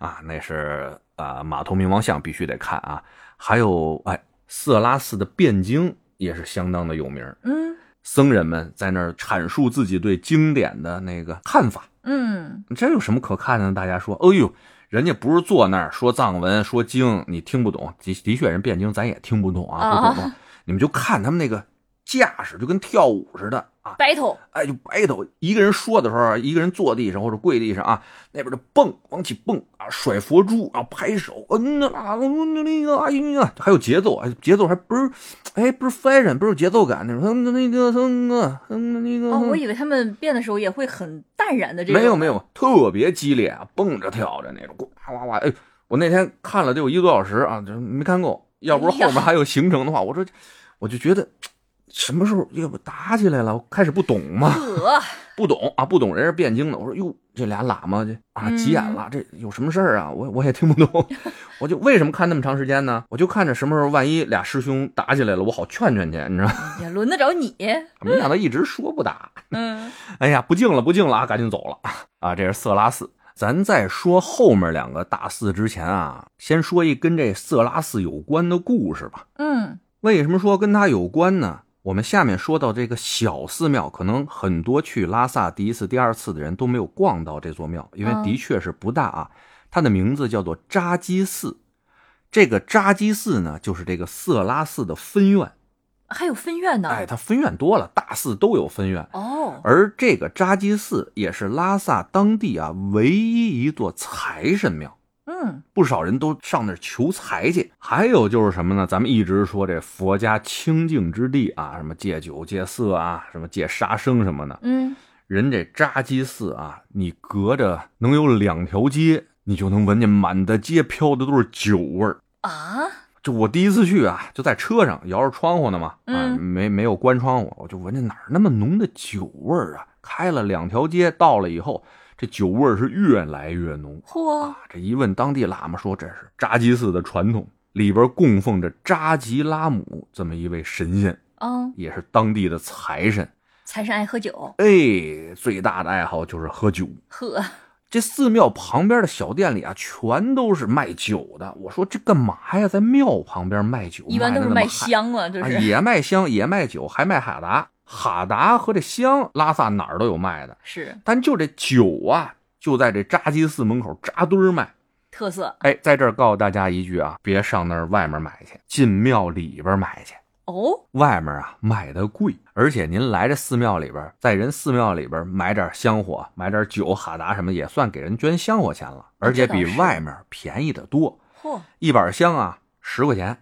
啊，那是啊，马头冥王像必须得看啊。还有哎，色拉寺的辩经也是相当的有名儿，嗯僧人们在那儿阐述自己对经典的那个看法。 嗯，这有什么可看的呢？大家说，哎呦，人家不是坐那儿说藏文说经，你听不懂。的的确，人辩经咱也听不懂啊，不懂啊。 你们就看他们那个架势，就跟跳舞似的啊， battle，哎，就掰头，一个人说的时候啊，一个人坐地上或者跪地上啊，那边就蹦，往起蹦啊，甩佛珠啊，拍手，嗯那啦，嗯那个，哎呀，还有节奏，哎，节奏还不是，哎，不是 fashion，不是有节奏感那种，嗯那个，嗯啊，嗯那个，哦，我以为他们变的时候也会很淡然的这种，没有没有，特别激烈啊，蹦着跳着那种，呱呱呱，哎，我那天看了得有一个多小时啊，就没看够，要不是后面还有行程的话，我说我就觉得什么时候要不打起来了，我开始不懂嘛。呵，不懂啊，不懂人是辩经的。我说哟，这俩喇嘛这啊嗯急眼了，这有什么事儿啊？我我也听不懂，我就为什么看那么长时间呢？我就看着什么时候万一俩师兄打起来了，我好劝劝去，你知道吗？ 也轮得着你，没想到一直说不打，嗯哎呀，不敬了，不敬了啊，赶紧走了啊！这是色拉寺。咱在说后面两个大寺之前啊，先说一跟这色拉寺有关的故事吧。嗯为什么说跟它有关呢？我们下面说到这个小寺庙，可能很多去拉萨第一次、第二次的人都没有逛到这座庙，因为嗯的确是不大啊。它的名字叫做扎基寺，这个扎基寺呢，就是这个色拉寺的分院。还有分院呢，哎，它分院多了，大寺都有分院。哦，而这个扎基寺也是拉萨当地啊唯一一座财神庙。嗯不少人都上那儿求财去。还有就是什么呢？咱们一直说这佛家清净之地啊，什么戒酒、戒色啊，什么戒杀生什么的。嗯，人这扎基寺啊，你隔着能有两条街，你就能闻见满大街飘的都是酒味儿。啊，就我第一次去啊，就在车上摇着窗户呢嘛，啊，嗯没没有关窗户，我就闻着哪儿那么浓的酒味儿啊！开了两条街，到了以后，这酒味儿是越来越浓。嚯，啊，这一问当地喇嘛说，这是扎基寺的传统，里边供奉着扎吉拉姆这么一位神仙，嗯，也是当地的财神。财神爱喝酒，哎，最大的爱好就是喝酒。喝，这寺庙旁边的小店里啊，全都是卖酒的。我说这干嘛呀？在庙旁边卖酒，一般都是卖卖得那么嗨香嘛，就啊，是也卖香，也卖酒，还卖哈达。哈达和这香，拉萨哪儿都有卖的，是但就这酒啊，就在这扎基寺门口扎堆儿卖。特色哎，在这儿告诉大家一句啊，别上那儿外面买去，进庙里边买去。哦，外面啊卖的贵，而且您来这寺庙里边，在人寺庙里边买点香火，买点酒、哈达什么，也算给人捐香火钱了，而且比这倒是外面便宜的多。嚯，一板香啊，十块钱，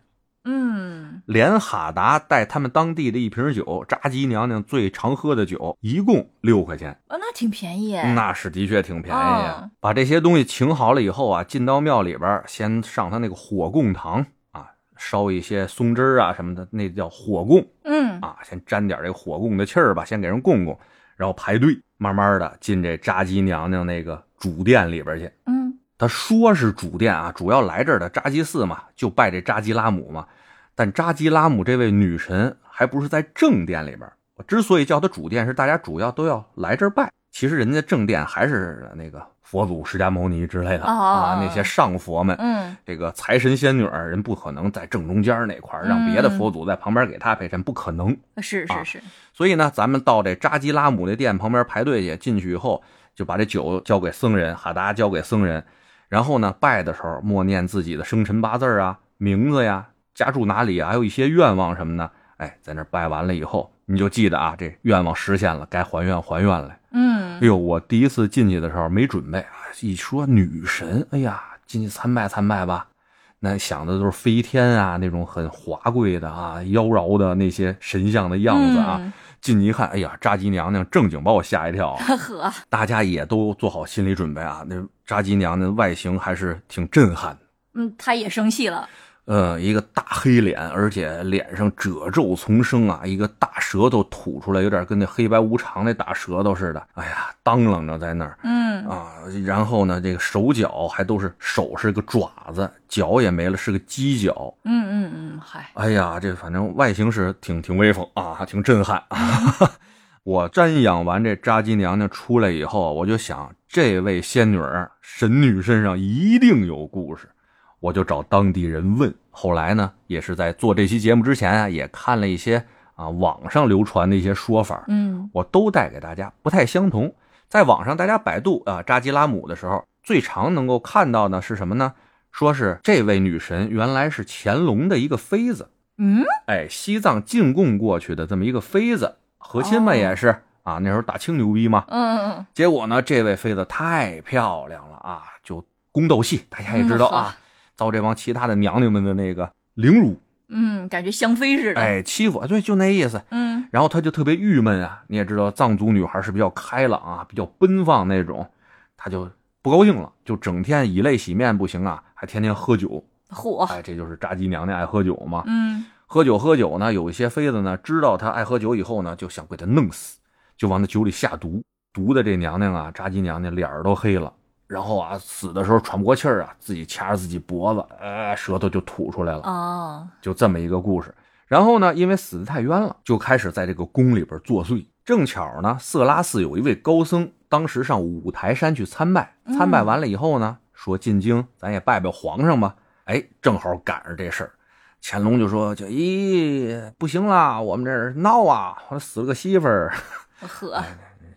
嗯，连哈达带他们当地的一瓶酒，扎基娘娘最常喝的酒，一共六块钱，啊，那挺便宜，那是的确挺便宜啊。嗯把这些东西请好了以后啊，进到庙里边儿，先上他那个火供堂啊，烧一些松枝儿啊什么的，那叫火供嗯，啊，先沾点这火供的气儿吧，先给人供供，然后排队，慢慢的进这扎基娘娘那个主殿里边去。嗯，他说是主殿啊，主要来这儿的扎基寺嘛，就拜这扎基拉姆嘛。但扎基拉姆这位女神还不是在正殿里边儿。我之所以叫她主殿，是大家主要都要来这儿拜。其实人家正殿还是那个佛祖、释迦牟尼之类的哦啊，那些上佛们。嗯，这个财神仙女儿人不可能在正中间儿那块儿嗯让别的佛祖在旁边给她陪衬，不可能。是啊是是，所以呢，咱们到这扎基拉姆那店旁边排队去，进去以后就把这酒交给僧人，哈达交给僧人，然后呢，拜的时候默念自己的生辰八字啊、名字呀、家住哪里啊，还有一些愿望什么的。哎，在那儿拜完了以后，你就记得啊，这愿望实现了，该还愿还愿了。嗯哎，呦，我第一次进去的时候没准备啊，一说女神，哎呀，进去参拜参拜吧。那想的都是飞天啊，那种很华贵的啊，妖娆的那些神像的样子啊。嗯进去一看，哎呀，扎基娘娘正经把我吓一跳啊。呵，大家也都做好心理准备啊。那扎基娘娘外形还是挺震撼的，嗯，他也生气了，呃，一个大黑脸，而且脸上褶皱丛生啊，一个大舌头吐出来，有点跟那黑白无常那大舌头似的。哎呀，当啷着在那儿。嗯，啊，然后呢，这个手脚还都是手是个爪子，脚也没了，是个犄角。嗯嗯嗯，嗨，哎呀，这反正外形是挺挺威风啊，挺震撼。啊 我瞻仰完这扎基娘娘出来以后，我就想，这位仙女儿神女身上一定有故事，我就找当地人问。后来呢，也是在做这期节目之前啊，也看了一些啊网上流传的一些说法，嗯，我都带给大家，不太相同。在网上大家百度啊、扎基拉姆的时候，最常能够看到的是什么呢？说是这位女神原来是乾隆的一个妃子，嗯，哎，西藏进贡过去的这么一个妃子，和亲嘛哦也是、啊，那时候打清牛逼嘛。嗯嗯结果呢，这位妃子太漂亮了啊，就宫斗戏，大家也知道啊，遭这帮其他的娘娘们的那个凌辱，嗯，感觉香妃似的，哎，欺负，对，就那意思。嗯然后她就特别郁闷啊。你也知道，藏族女孩是比较开朗啊，比较奔放那种，她就不高兴了，就整天以泪洗面不行啊，还天天喝酒。火，哎，这就是扎基娘娘爱喝酒嘛。嗯，喝酒喝酒呢，有一些妃子呢，知道她爱喝酒以后呢，就想给她弄死，就往她酒里下毒。毒的这娘娘啊，扎基娘娘脸儿都黑了。然后啊，死的时候喘不过气儿啊，自己掐着自己脖子，呃，舌头就吐出来了。哦，就这么一个故事。然后呢，因为死的太冤了，就开始在这个宫里边作祟。正巧呢，色拉寺有一位高僧，当时上五台山去参拜，嗯参拜完了以后呢，说进京，咱也拜拜皇上吧。哎，正好赶上这事儿，乾隆就说：“就咦，不行啦，我们这儿闹啊，我死了个媳妇儿。 呵，”哎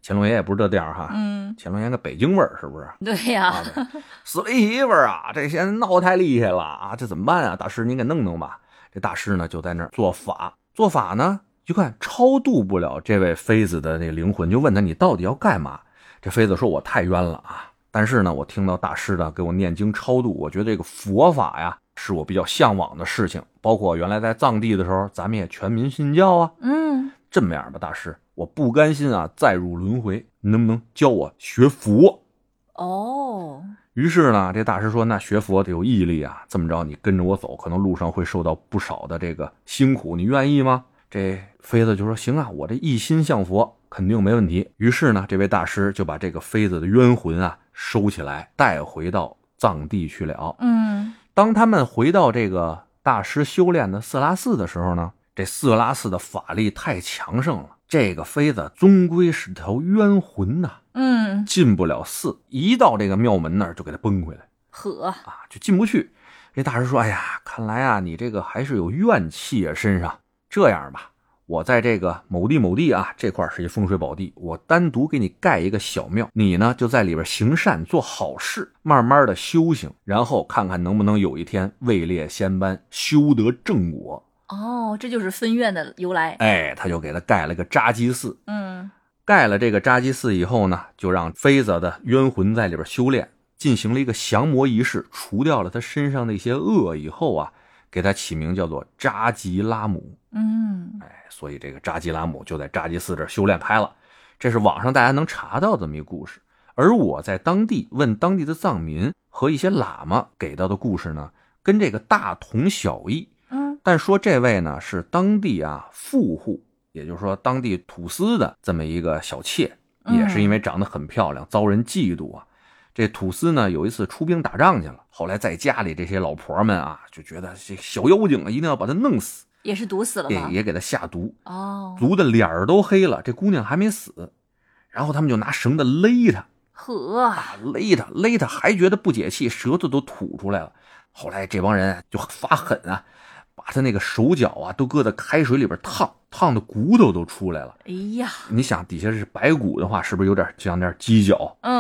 乾隆爷也不是这调儿哈，嗯，乾隆爷个北京味儿是不是？对呀啊，，对死了一媳妇儿啊，这现在闹太厉害了啊，这怎么办啊？大师您给弄弄吧。这大师呢就在那儿做法，做法呢就看超度不了这位妃子的那灵魂，就问他你到底要干嘛？这妃子说我太冤了啊，但是呢我听到大师呢给我念经超度，我觉得这个佛法呀是我比较向往的事情，包括原来在藏地的时候，咱们也全民信教啊。嗯，这么样吧，大师，我不甘心啊再入轮回，你能不能教我学佛？哦，于是呢，这大师说：“那学佛得有毅力啊，这么着，你跟着我走，可能路上会受到不少的这个辛苦，你愿意吗？”这妃子就说：“行啊，我这一心向佛，肯定没问题。”于是呢，这位大师就把这个妃子的冤魂啊收起来，带回到藏地去了。嗯当他们回到这个大师修炼的色拉寺的时候呢，这色拉寺的法力太强盛了，这个妃子终归是条冤魂呐、嗯，进不了寺。一到这个庙门那儿，就给他崩回来呵，啊，就进不去。这大师说：“哎呀，看来啊，你这个还是有怨气啊，身上。这样吧，我在这个某地某地啊，这块儿是一风水宝地，我单独给你盖一个小庙，你呢就在里边行善做好事，慢慢的修行，然后看看能不能有一天位列仙班，修得正果。哦，这就是分院的由来。哎，他就给他盖了个扎基寺。嗯盖了这个扎基寺以后呢，就让妃子的冤魂在里边修炼，进行了一个降魔仪式，除掉了他身上的一些恶以后啊，给他起名叫做扎吉拉姆。嗯哎，所以这个扎吉拉姆就在扎吉寺这儿修炼开了。这是网上大家能查到这么一故事。而我在当地问当地的藏民和一些喇嘛给到的故事呢，跟这个大同小异。嗯但说这位呢是当地啊富户，也就是说当地土司的这么一个小妾，嗯也是因为长得很漂亮，遭人嫉妒啊。这土司呢有一次出兵打仗去了，后来在家里这些老婆们啊就觉得这小妖精啊一定要把她弄死，也是毒死了也吧？也给她下毒，哦，毒的脸儿都黑了，这姑娘还没死。然后他们就拿绳子勒她，呵，啊，勒她勒她，还觉得不解气，舌头都吐出来了。后来这帮人就发狠啊，把他那个手脚啊都搁在开水里边烫，烫的骨头都出来了。哎呀，你想底下是白骨的话，是不是有点像那点鸡脚？嗯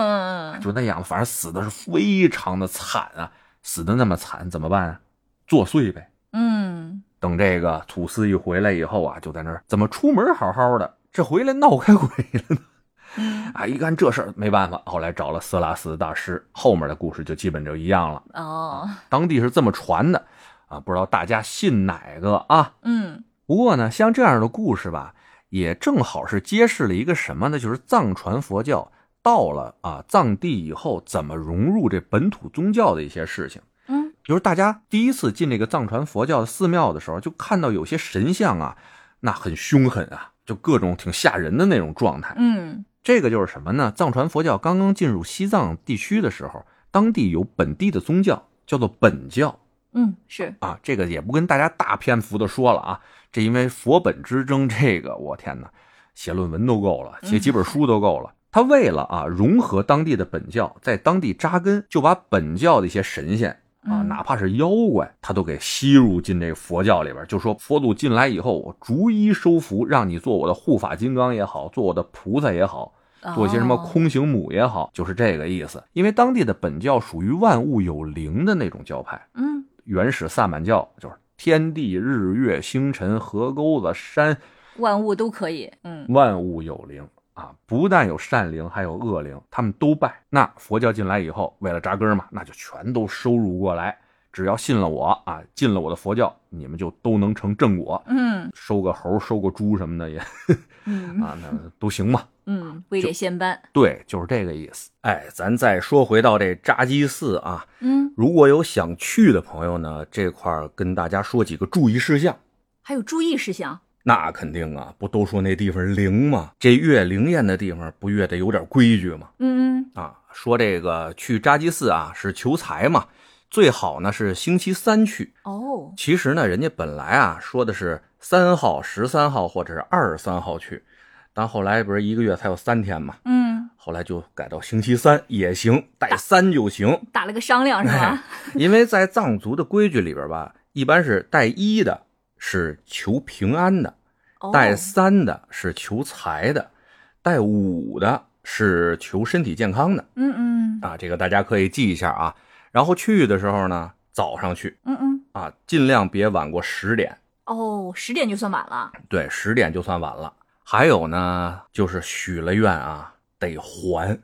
嗯嗯，就那样子，反正死的是非常的惨啊，死的那么惨怎么办啊？作祟呗。嗯，等这个土司一回来以后啊，就在那儿怎么出门好好的，这回来闹开鬼了呢？啊，一看这事儿没办法，后来找了色拉斯大师，后面的故事就基本就一样了。哦，当地是这么传的啊，不知道大家信哪个啊？嗯不过呢，像这样的故事吧，也正好是揭示了一个什么呢？就是藏传佛教到了啊藏地以后，怎么融入这本土宗教的一些事情。嗯，就是大家第一次进这个藏传佛教的寺庙的时候，就看到有些神像啊，那很凶狠啊，就各种挺吓人的那种状态。嗯这个就是什么呢？藏传佛教刚刚进入西藏地区的时候，当地有本地的宗教叫做本教，嗯，是，啊，这个也不跟大家大篇幅的说了啊，这因为佛本之争，这个我天哪，写论文都够了，写几本书都够了。他为了啊融合当地的本教，在当地扎根，就把本教的一些神仙啊，嗯哪怕是妖怪，他都给吸入进这个佛教里边。就说佛祖进来以后，我逐一收服，让你做我的护法金刚也好，做我的菩萨也好，做一些什么哦空行母也好，就是这个意思。因为当地的本教属于万物有灵的那种教派。嗯原始萨满教就是天地日月星辰河沟子山万物都可以，嗯万物有灵啊，不但有善灵，还有恶灵，他们都拜。那佛教进来以后，为了扎根儿嘛，那就全都收入过来。只要信了我啊，进了我的佛教，你们就都能成正果。嗯收个猴，收个猪什么的也啊，嗯 那都行嘛。嗯，位列仙班，对，就是这个意思。哎，咱再说回到这扎基寺啊，嗯，如果有想去的朋友呢，这块儿跟大家说几个注意事项。还有注意事项，那肯定啊，不都说那地方灵吗？这越灵验的地方，不越得有点规矩吗？嗯啊，说这个去扎基寺啊是求财嘛，最好呢是星期三去。嗯，哦，其实呢，人家本来啊说的是三号、十三号或者是二十三号去，但后来不是一个月才有三天嘛，嗯，后来就改到星期三也行，带三就行。哎打了个商量是吧？因为在藏族的规矩里边吧，一般是带一的是求平安的， 哦，带三的是求财的，带五的是求身体健康的嗯嗯啊，这个大家可以记一下啊。然后去的时候呢，早上去嗯嗯，啊，尽量别晚过十点，哦，十点就算晚了，对，十点就算晚了。还有呢，就是许了愿啊，得还，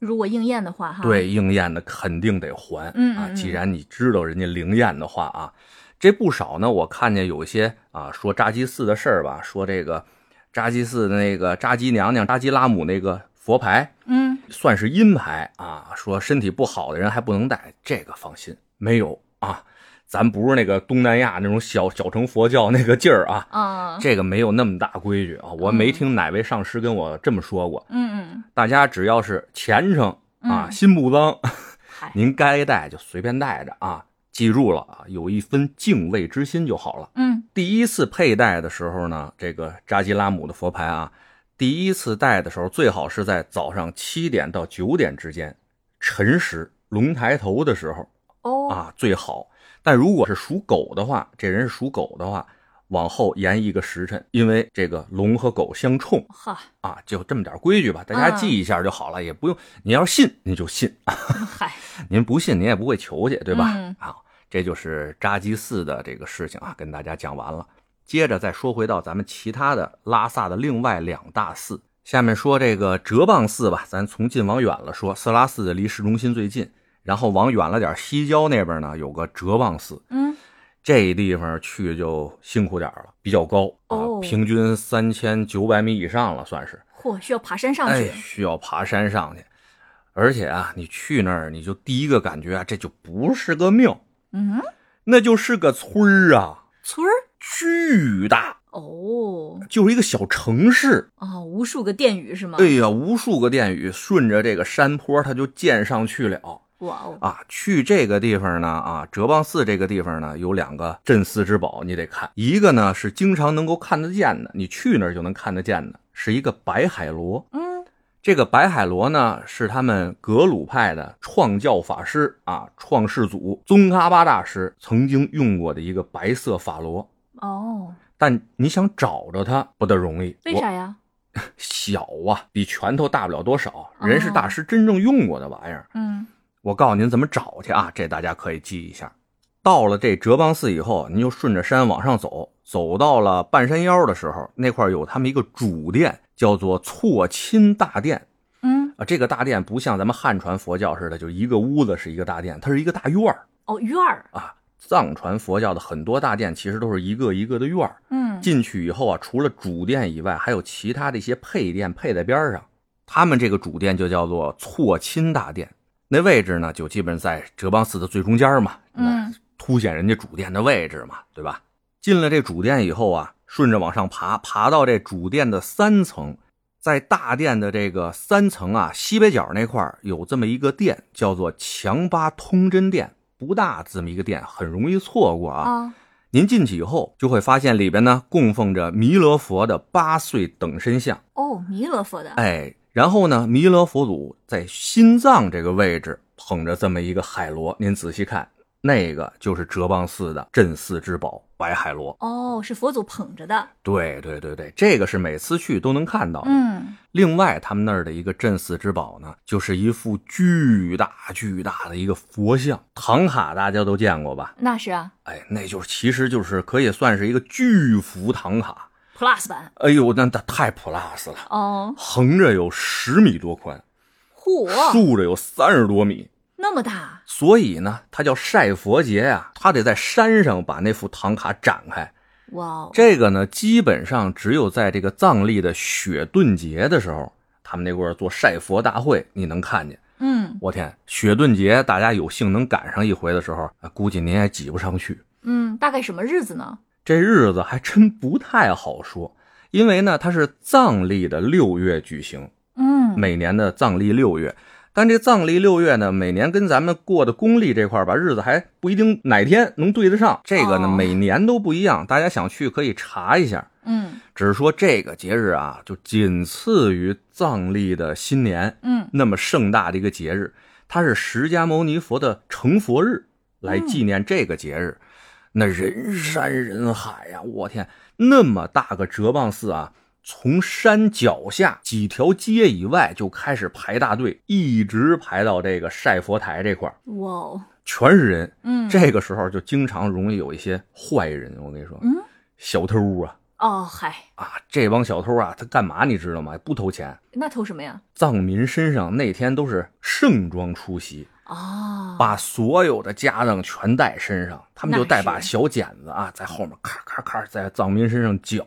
如果应验的话哈，，对，应验的肯定得还啊嗯啊。嗯嗯既然你知道人家灵验的话啊，这不少呢。我看见有一些啊，说扎基寺的事儿吧，说这个扎基寺的那个扎基娘娘、扎基拉姆那个佛牌嗯，算是阴牌啊，说身体不好的人还不能戴，这个放心，没有啊。咱不是那个东南亚那种小小乘佛教那个劲儿啊，啊，这个没有那么大规矩啊。我没听哪位上师跟我这么说过。嗯嗯，大家只要是虔诚啊，嗯心不脏，嗨， 您该带就随便带着啊。记住了啊，有一分敬畏之心就好了。嗯第一次佩戴的时候呢，这个扎基拉姆的佛牌啊，第一次戴的时候最好是在早上七点到九点之间，辰时龙抬头的时候哦，啊最好。但如果是属狗的话，这人是属狗的话，往后延一个时辰，因为这个龙和狗相冲哈，啊，就这么点规矩吧，大家嗯记一下就好了，也不用你要是信你就信，嗨，您不信您也不会求去，对吧？嗯啊，这就是扎基寺的这个事情啊，跟大家讲完了。接着再说回到咱们其他的拉萨的另外两大寺，下面说这个哲蚌寺吧，咱从近往远了说，色拉寺离市中心最近，然后往远了点，西郊那边呢有个哲蚌寺， 嗯这地方去就辛苦点了，比较高啊，哦平均三千九百米以上了，算是。嚯，需要爬山上哎，去，需要爬山上去。而且啊，你去那儿，你就第一个感觉啊，这就不是个庙，嗯，那就是个村儿啊，村儿，巨大，哦就是一个小城市。啊，无数个殿宇是吗？哎呀，无数个殿宇顺着这个山坡，它就建上去了哇哦，啊。去这个地方呢，啊，哲蚌寺这个地方呢，有两个镇寺之宝，你得看。一个呢是经常能够看得见的，你去那儿就能看得见的，是一个白海螺。嗯这个白海螺呢，是他们格鲁派的创教法师啊，创世祖宗喀巴大师曾经用过的一个白色法螺。哦，但你想找着它不得容易，为我啥呀？小啊，比拳头大不了多哦少。人是大师真正用过的玩意儿。嗯我告诉您怎么找去啊，这大家可以记一下。到了这哲蚌寺以后，您就顺着山往上走，走到了半山腰的时候，那块儿有他们一个主殿，叫做错亲大殿。嗯，啊，这个大殿不像咱们汉传佛教似的，就一个屋子是一个大殿，它是一个大院儿哦，院儿，啊。藏传佛教的很多大殿其实都是一个一个的院儿，嗯进去以后啊，除了主殿以外，还有其他的一些配殿配在边儿上。他们这个主殿就叫做错亲大殿，那位置呢，就基本在哲蚌寺的最中间儿嘛，那嗯凸显人家主殿的位置嘛，对吧？进了这主殿以后啊，顺着往上爬，爬到这主殿的三层，在大殿的这个三层啊西北角那块儿有这么一个殿，叫做强巴通真殿，不大这么一个殿，很容易错过啊。啊，您进去以后就会发现里边呢供奉着弥勒佛的八岁等身像，哦，弥勒佛的，哎，然后呢，弥勒佛祖在心脏这个位置捧着这么一个海螺，您仔细看，那个就是哲蚌寺的镇寺之宝白海螺。哦，是佛祖捧着的，对对对对，这个是每次去都能看到的。嗯另外，他们那儿的一个镇寺之宝呢，就是一副巨大巨大的一个佛像，唐卡大家都见过吧？那是啊哎，那就是其实就是可以算是一个巨幅唐卡。 ，Plus 版，哎呦，那那太 plus 了，哦，横着有十米多宽，嚯，竖着有三十多米，那么大，所以呢，它叫晒佛节呀、它得在山上把那幅唐卡展开。哇哦，这个呢，基本上只有在这个藏历的雪顿节的时候，他们那块儿做晒佛大会，你能看见。嗯我天，雪顿节大家有幸能赶上一回的时候，啊估计您也挤不上去。嗯，大概什么日子呢？这日子还真不太好说，因为呢，它是藏历的六月举行，嗯，每年的藏历六月。但这藏历六月呢，每年跟咱们过的公历这块儿吧，日子还不一定哪天能对得上。这个呢，哦每年都不一样，大家想去可以查一下。嗯只是说这个节日啊，就仅次于藏历的新年嗯，那么盛大的一个节日，它是释迦牟尼佛的成佛日，来嗯纪念这个节日。那人山人海呀、我天，那么大个哲蚌寺啊！从山脚下几条街以外就开始排大队，一直排到这个晒佛台这块儿哇哦，全是人。嗯，这个时候就经常容易有一些坏人，我跟你说，嗯小偷啊，哦嗨，啊，这帮小偷啊，他干嘛你知道吗？不偷钱，那偷什么呀？藏民身上那天都是盛装出席，啊，把所有的家当全带身上，他们就那带是把小剪子啊，在后面咔咔咔在藏民身上绞。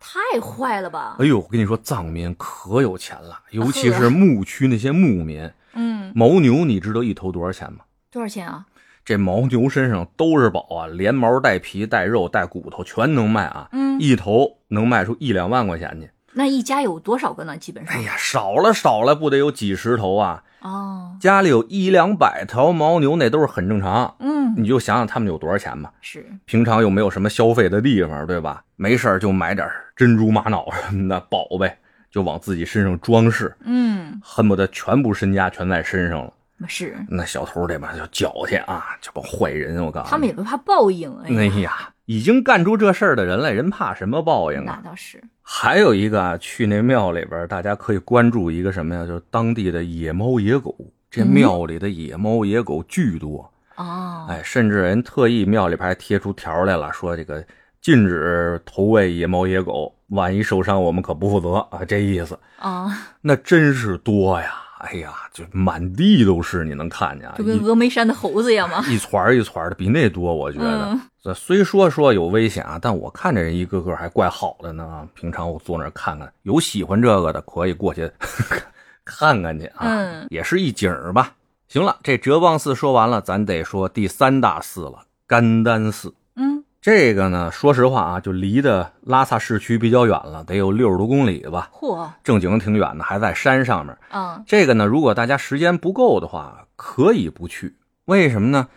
太坏了吧？哎呦，我跟你说，藏民可有钱了，尤其呵是牧区那些牧民，嗯，牦牛，你知道一头多少钱吗？多少钱啊？这牦牛身上都是宝啊，连毛带皮带肉带骨头全能卖啊，嗯，一头能卖出一两万块钱去。那一家有多少个呢？基本上哎，呀，少了少了，不得有几十头啊！哦，家里有一两百条牦牛，那都是很正常。嗯，你就想想他们有多少钱吧，是，平常又没有什么消费的地方，对吧？没事儿就买点珍珠、玛瑙什么的宝贝，就往自己身上装饰，嗯，恨不得全部身家全在身上了。是，那小偷这帮就矫情啊，这帮坏人，我告诉你，他们也不怕报应，哎哎呀，呀，已经干出这事儿的人来，人怕什么报应那啊？倒是，还有一个啊，去那庙里边儿，大家可以关注一个什么呀？就是当地的野猫野狗。这嗯庙里的野猫野狗巨多，哦，哎，甚至人特意庙里边还贴出条儿来了，说这个禁止投喂野猫野狗，万一受伤我们可不负责啊，这意思。啊，那真是多呀，哎呀，就满地都是，你能看见啊，就跟峨眉山的猴哎子一样嘛， 一团儿一团儿的，比那多，我觉得嗯。这虽说说有危险啊，但我看这人一个个还怪好的呢。啊平常我坐那儿看看，有喜欢这个的可以过去 看看去啊，嗯也是一景儿吧。行了，这哲蚌寺说完了，咱得说第三大寺了——甘丹寺。嗯，这个呢，说实话啊，就离的拉萨市区比较远了，得有六十多公里吧，嚯，正经挺远的，还在山上面。啊，这个呢，如果大家时间不够的话，可以不去。为什么呢？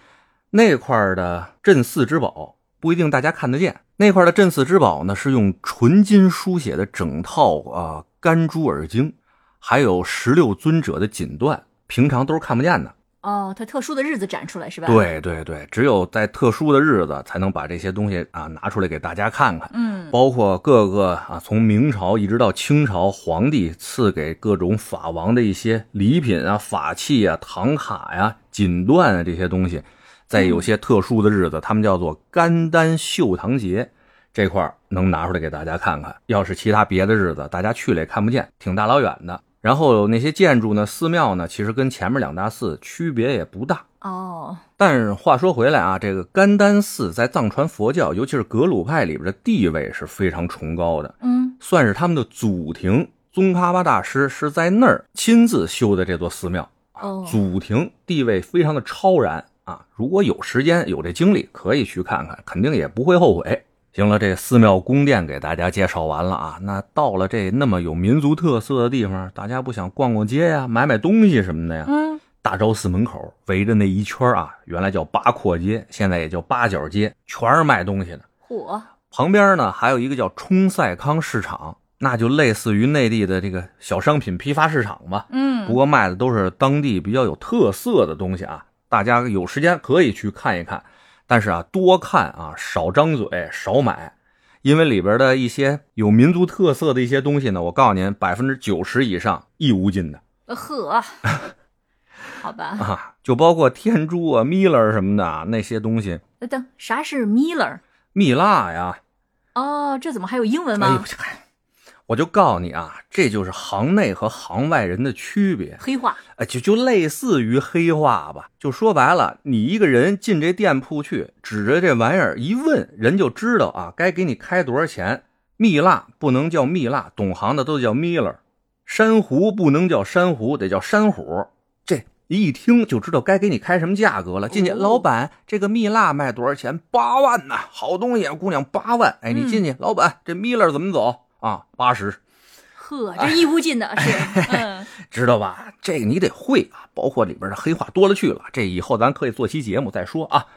那块儿的镇寺之宝不一定大家看得见。那块儿的镇寺之宝呢，是用纯金书写的整套啊、甘珠尔经，还有十六尊者的锦缎，平常都是看不见的。哦，他特殊的日子展出来是吧？，对对对，只有在特殊的日子才能把这些东西啊拿出来给大家看看。嗯，包括各个啊，从明朝一直到清朝，皇帝赐给各种法王的一些礼品啊、法器啊、唐卡呀、锦缎啊这些东西，在有些特殊的日子，他们叫做甘丹绣堂节，这块儿能拿出来给大家看看。要是其他别的日子，大家去了也看不见，挺大老远的。然后那些建筑呢，寺庙呢，其实跟前面两大寺区别也不大。哦，但是话说回来啊，这个甘丹寺在藏传佛教，尤其是格鲁派里边的地位是非常崇高的，嗯，算是他们的祖庭。宗喀巴大师是在那儿亲自修的这座寺庙，哦，祖庭地位非常的超然啊！如果有时间有这精力，可以去看看，肯定也不会后悔。行了，这寺庙宫殿给大家介绍完了啊，那到了这那么有民族特色的地方，大家不想逛逛街呀、买买东西什么的呀？嗯，大昭寺门口围着那一圈啊，原来叫八廓街，现在也叫八角街，全是卖东西的。嚯，旁边呢还有一个叫冲赛康市场，那就类似于内地的这个小商品批发市场吧，嗯，不过卖的都是当地比较有特色的东西啊。大家有时间可以去看一看，但是啊，多看啊，少张嘴，少买，因为里边的一些有民族特色的一些东西呢，我告诉您，百分之九十以上一无尽的。呃 呵，好吧，啊，就包括天珠啊、米勒什么的啊那些东西，那呃等啥是 Miller？蜜蜡呀，哦，这怎么还有英文哎呦吗？这我就告诉你啊，这就是行内和行外人的区别，黑话，哎，就就类似于黑话吧。就说白了，你一个人进这店铺去，指着这玩意儿一问，人就知道啊，该给你开多少钱。蜜蜡不能叫蜜蜡，懂行的都叫米勒；珊瑚不能叫珊瑚，得叫珊瑚。这一听就知道该给你开什么价格了。进去，哦老板，这个蜜蜡卖多少钱？八万呐，好东西啊，姑娘，八万。哎，你进去，老板，这蜜勒怎么走啊？八十，呵，这一无尽的是，哎 嗯，知道吧？这个你得会啊，包括里边的黑话多了去了。这以后咱可以做期节目再说啊。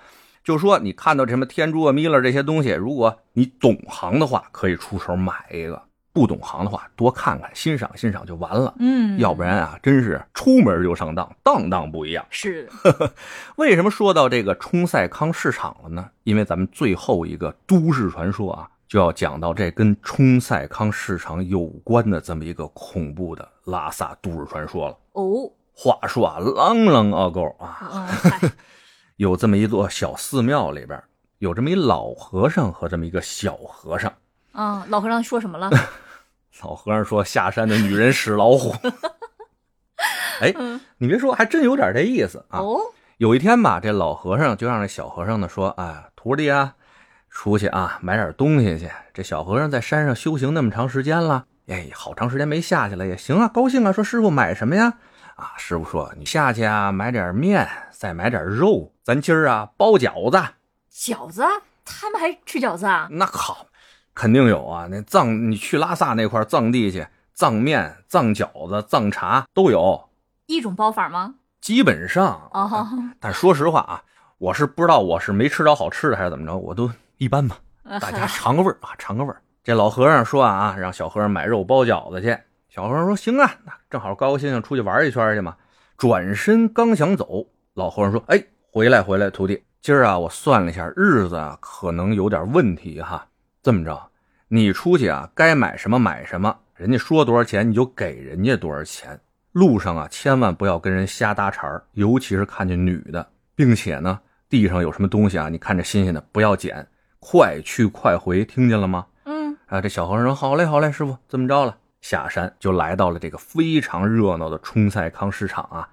就说你看到这什么天珠啊、米勒这些东西，如果你懂行的话，可以出手买一个；不懂行的话，多看看、欣赏欣赏就完了。嗯，要不然啊，真是出门就上当，当当不一样。是的，为什么说到这个冲赛康市场了呢？因为咱们最后一个都市传说啊，就要讲到这跟冲赛康市场有关的这么一个恐怖的拉萨都市传说了。哦，话说啊，啷啷啊够啊， 嗯，嗨，有这么一座小寺庙里边，有这么一老和尚和这么一个小和尚。啊，老和尚说什么了？老和尚说：“下山的女人使老虎。” 哎，你别说，还真有点这意思啊。哦，有一天吧，这老和尚就让这小和尚呢说：“啊，徒弟啊，出去啊，买点东西去。”这小和尚在山上修行那么长时间了，哎，好长时间没下去了，也行啊，高兴啊，说师傅买什么呀？啊，师傅说你下去啊，买点面，再买点肉，咱今儿啊包饺子。饺子，啊他们还吃饺子啊？那好，肯定有啊。那藏，你去拉萨那块儿藏地去，藏面、藏饺子、藏茶都有，一种包法吗？基本上。哦，但说实话啊，我是不知道我是没吃着好吃的还是怎么着，我都一般吧。呃 大家尝个味儿啊，尝个味儿。这老和尚说啊，让小和尚买肉包饺子去。小和尚说行啊，那正好高高兴兴出去玩一圈去嘛。转身刚想走，老和尚说：“哎，回来回来，徒弟，今儿啊，我算了一下日子啊，可能有点问题哈。这么着，你出去啊，该买什么买什么，人家说多少钱你就给人家多少钱。路上啊，千万不要跟人瞎搭茬儿，尤其是看见女的，并且呢，地上有什么东西啊，你看着新鲜的不要捡，快去快回，听见了吗？”嗯，啊，这小和尚说：“好嘞，好嘞，师傅，这么着了。”下山就来到了这个非常热闹的冲赛康市场啊。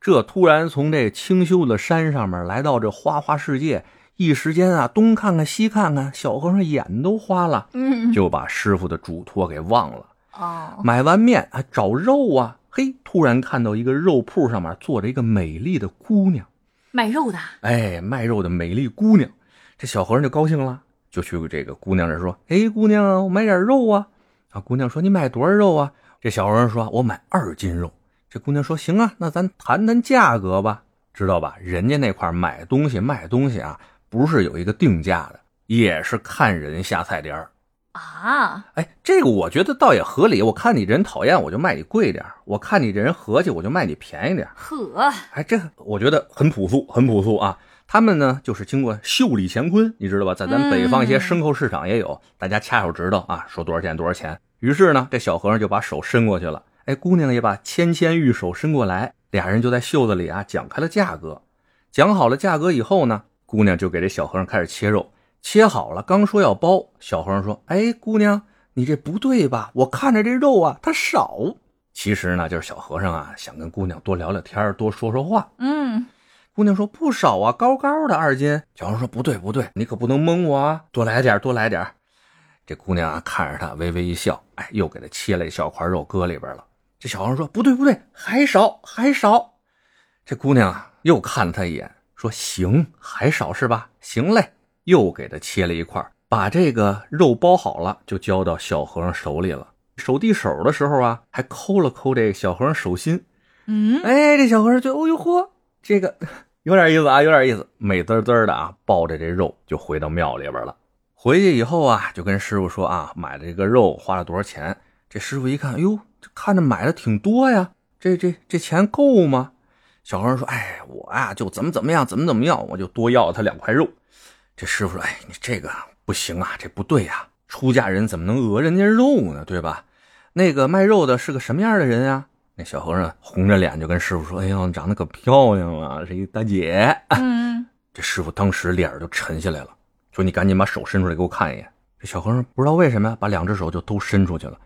这突然从这清修的山上面来到这花花世界，一时间啊，东看看西看看，小和尚眼都花了，嗯，就把师傅的嘱托给忘了。哦，买完面啊，找肉啊，嘿，突然看到一个肉铺上面坐着一个美丽的姑娘。卖肉的，啊哎，卖肉的美丽姑娘，这小和尚就高兴了，就去这个姑娘这儿说：“哎，姑娘啊，我买点肉啊。”啊，姑娘说：“你买多少肉啊？”这小和尚说：“我买二斤肉。”这姑娘说：“行啊，那咱谈谈价格吧，知道吧？人家那块儿买东西卖东西啊，不是有一个定价的，也是看人下菜碟儿。啊，哎，这个我觉得倒也合理。我看你这人讨厌，我就卖你贵点儿；我看你这人和气，我就卖你便宜点儿。呵，哎，这我觉得很朴素，很朴素啊。他们呢，就是经过袖里乾坤，你知道吧？在咱北方一些牲口市场也有，大家掐手指头啊，说多少钱多少钱。于是呢，这小和尚就把手伸过去了，哎，姑娘也把纤纤玉手伸过来，俩人就在袖子里啊讲开了价格。讲好了价格以后呢，姑娘就给这小和尚开始切肉，切好了，刚说要包，小和尚说：“哎，姑娘，你这不对吧？我看着这肉啊，它少。”其实呢，就是小和尚啊，想跟姑娘多聊聊天儿，多说说话。嗯，姑娘说不少啊，高高的二斤。小和尚说不对不对，你可不能蒙我啊，多来点儿多来点儿。这姑娘啊，看着他微微一笑，哎，又给他切了一小块肉搁里边了。这小和尚说不对不对，还少还少。这姑娘啊，又看了他一眼，说行，还少是吧？行嘞，又给他切了一块儿，把这个肉包好了，就交到小和尚手里了。手递手的时候啊，还抠了抠这小和尚手心。嗯，哎，这小和尚就哦呦嚯，这个 有点意思啊，有点意思，美滋滋的啊，抱着这肉就回到庙里边了。回去以后啊，就跟师傅说啊，买的这个肉花了多少钱？这师傅一看，哟，这看着买的挺多呀，这这这钱够吗？小和尚说，哎，我啊就怎么怎么样，怎么怎么样，我就多要他两块肉。这师傅说，哎，你这个不行啊，这不对呀、出家人怎么能讹人家肉呢？对吧？那个卖肉的是个什么样的人啊？那小和尚红着脸就跟师傅说：“哎呦，你长得可漂亮了，是一大姐。 嗯，”这师傅当时脸儿就沉下来了，说：“你赶紧把手伸出来给我看一眼。”这小和尚不知道为什么呀，把两只手就都伸出去了，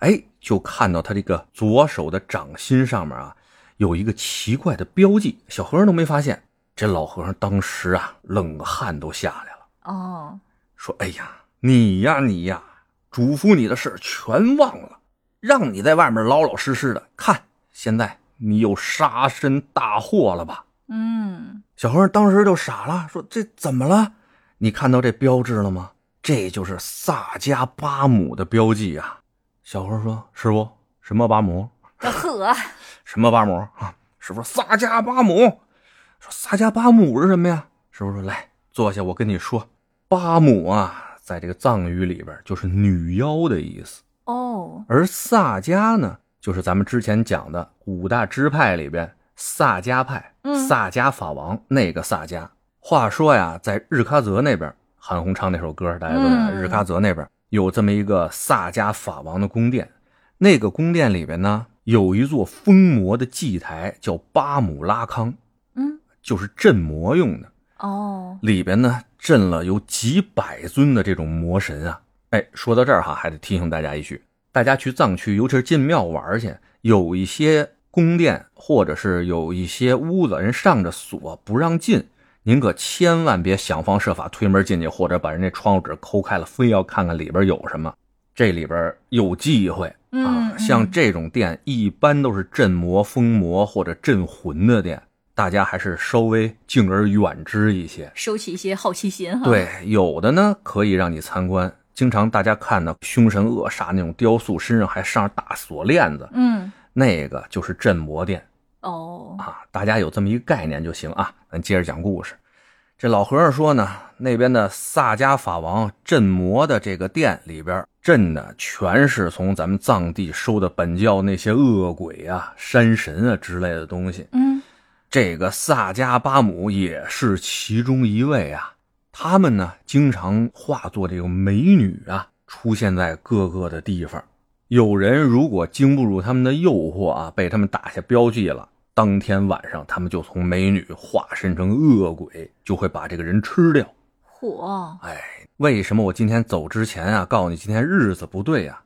哎，就看到他这个左手的掌心上面啊有一个奇怪的标记，小和尚都没发现。这老和尚当时啊冷汗都下来了。哦，说：“哎呀，你呀你呀，嘱咐你的事儿全忘了，让你在外面老老实实的。看，现在你又杀身大祸了吧嗯，？”小和尚当时就傻了，说：“这怎么了？你看到这标志了吗？这就是萨迦巴姆的标记啊！”小和尚说：“师傅，什么巴姆？呵，什么巴姆啊？”师傅说：“萨迦巴姆。”说：“萨迦巴姆是什么呀？”师傅说：“来，坐下，我跟你说。”巴姆啊，在这个藏语里边就是女妖的意思，哦，而萨迦呢，就是咱们之前讲的五大支派里边萨迦派嗯，萨迦法王、那个萨迦。话说呀，在日喀则那边，韩红唱那首歌，大家都知道，嗯日喀则那边有这么一个萨迦法王的宫殿，那个宫殿里边呢，有一座封魔的祭台，叫巴姆拉康，嗯，就是镇魔用的。哦，里边呢镇了有几百尊的这种魔神啊。哎，说到这儿哈，还得提醒大家一句：大家去藏区，尤其是进庙玩去，有一些宫殿或者是有一些屋子，人上着锁不让进，您可千万别想方设法推门进去，或者把人家窗户纸抠开了，非要看看里边有什么。这里边有忌讳，嗯啊，，像这种店一般都是镇魔、封魔或者镇魂的店，大家还是稍微敬而远之一些。收起一些好奇心哈。，对，有的呢可以让你参观，经常大家看的凶神恶煞那种雕塑，身上还上着大锁链子，嗯，那个就是镇魔殿哦，啊。大家有这么一个概念就行啊。咱接着讲故事。这老和尚说呢，那边的萨迦法王镇魔的这个殿里边镇的全是从咱们藏地收的本教那些恶鬼啊、山神啊之类的东西。嗯，这个萨迦巴姆也是其中一位啊。他们呢，经常化作这个美女啊，出现在各个的地方。有人如果经不住他们的诱惑啊，被他们打下标记了，当天晚上他们就从美女化身成恶鬼，就会把这个人吃掉。火，哎，为什么我今天走之前啊，告诉你今天日子不对啊？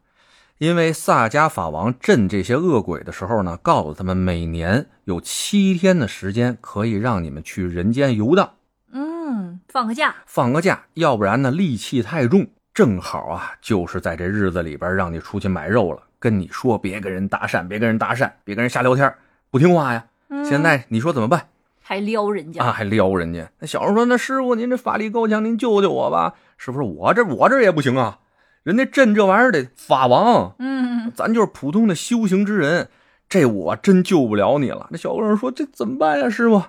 因为萨迦法王镇这些恶鬼的时候呢，告诉他们每年有七天的时间可以让你们去人间游荡，嗯，放个假，放个假，要不然呢戾气太重，正好啊就是在这日子里边让你出去买肉了，跟你说别跟人搭讪，别跟人搭讪，别跟人瞎聊天，不听话呀。嗯现在你说怎么办？还撩人家啊，，还撩人家。那小时候说：“那师傅，您这法力高强，您救救我吧。”师傅说：“我这我这也不行啊，人家镇这玩意儿得法王，嗯，咱就是普通的修行之人，这我真救不了你了。”那小和尚说：“这怎么办呀，师傅？”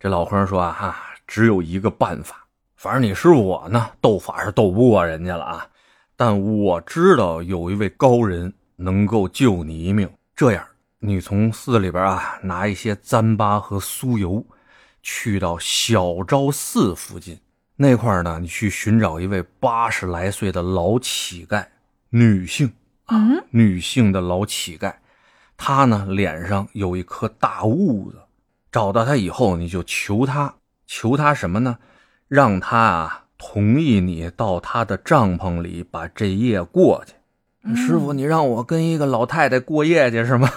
这老和尚说：“啊，哈，只有一个办法，反正你师傅我呢，斗法是斗不过人家了啊，但我知道有一位高人能够救你一命。这样，你从寺里边啊拿一些糌粑和酥油。”去到小昭寺附近那块儿呢，你去寻找一位八十来岁的老乞丐，女性，嗯，女性的老乞丐，她呢脸上有一颗大痦子。找到她以后，你就求她，求她什么呢？让她啊同意你到她的帐篷里把这夜过去。嗯师傅，你让我跟一个老太太过夜去是吗？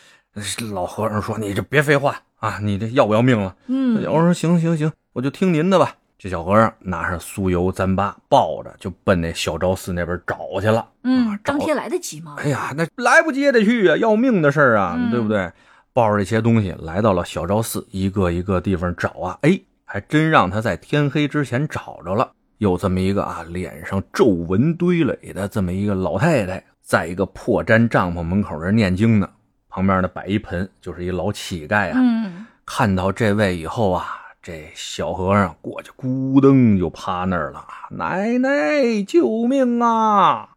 老和尚说：“你这别废话啊，你这要不要命了？”嗯那，小和尚说：“行行行，我就听您的吧。”这小和尚拿上酥油糌粑，抱着就奔那小昭寺那边找去了。嗯啊，当天来得及吗？哎呀，那来不及也得去啊，要命的事儿啊，嗯对不对？抱着这些东西来到了小昭寺，一个一个地方找啊，哎，还真让他在天黑之前找着了。有这么一个啊，脸上皱纹堆垒的这么一个老太太，在一个破毡帐篷门口这儿念经呢，旁边呢摆一盆，就是一老乞丐啊。嗯，看到这位以后啊，这小和尚过去咕噔就趴那儿了，奶奶救命啊！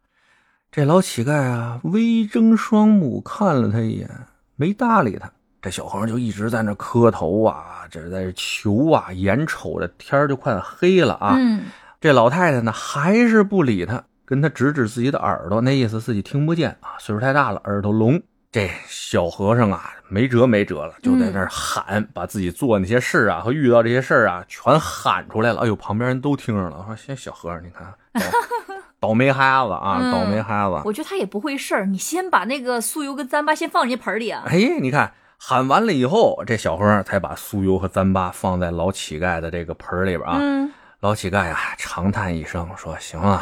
这老乞丐啊，微睁双目看了他一眼，没搭理他。这小和尚就一直在那磕头啊，这在这求啊，眼瞅着天儿就快黑了啊。嗯，这老太太呢，还是不理他，跟他指指自己的耳朵，那意思自己听不见啊，岁数太大了，耳朵聋。这小和尚啊，没辙没辙了，就在那儿喊，把自己做那些事啊和遇到这些事儿啊，全喊出来了。哎呦，旁边人都听着了，说：“先小和尚，你看， 倒倒霉孩子啊，嗯倒霉孩子。我觉得他也不会事儿，你先把那个酥油跟糌粑先放人家盆儿里啊。哎，你看喊完了以后，这小和尚才把酥油和糌粑放在老乞丐的这个盆儿里边啊。嗯，老乞丐呀、啊长叹一声说：“行了，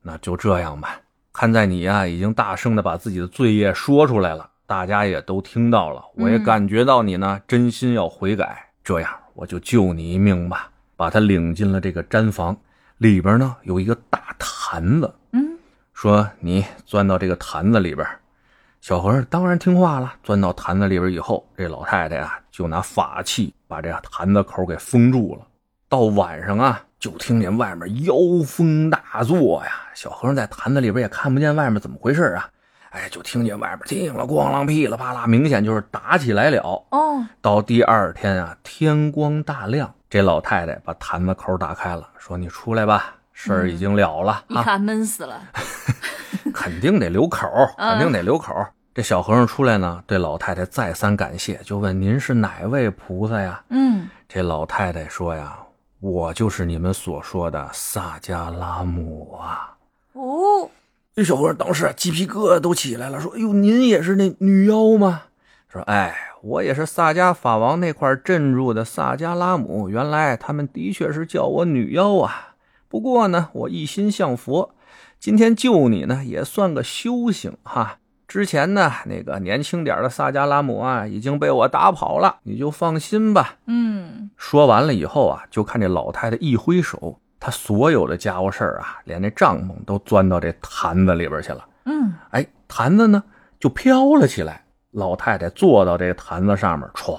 那就这样吧。看在你呀、已经大声的把自己的罪业说出来了，大家也都听到了，我也嗯感觉到你呢，真心要悔改。这样，我就救你一命吧。”把他领进了这个毡房，里边呢有一个大坛子，嗯，说：“你钻到这个坛子里边。”小和尚当然听话了，钻到坛子里边以后，这老太太啊就拿法器把这坛子口给封住了。到晚上啊，就听见外面妖风大作呀。小和尚在坛子里边也看不见外面怎么回事啊，哎，就听见外边叮了咣啷噼里啪啦，明显就是打起来了。哦，到第二天啊，天光大亮，这老太太把坛子口打开了，说：“你出来吧，事儿已经了了、一啊。” 看闷死了。肯定得留口儿，嗯肯定得留口儿。这小和尚出来呢，对老太太再三感谢，就问：“您是哪位菩萨呀嗯，？”这老太太说：“呀，我就是你们所说的萨迦拉姆啊。哦，”这小和尚当时啊鸡皮疙瘩都起来了，说：“哎呦，您也是那女妖吗？”说：“哎，我也是萨迦法王那块镇住的萨迦拉姆，原来他们的确是叫我女妖啊。不过呢，我一心向佛，今天救你呢，也算个修行哈。之前呢，那个年轻点儿的萨加拉姆啊，已经被我打跑了，你就放心吧。嗯，说完了以后啊，就看这老太太一挥手，她所有的家伙事儿啊，连那帐篷都钻到这坛子里边去了。嗯，哎，坛子呢就飘了起来，老太太坐到这坛子上面，歘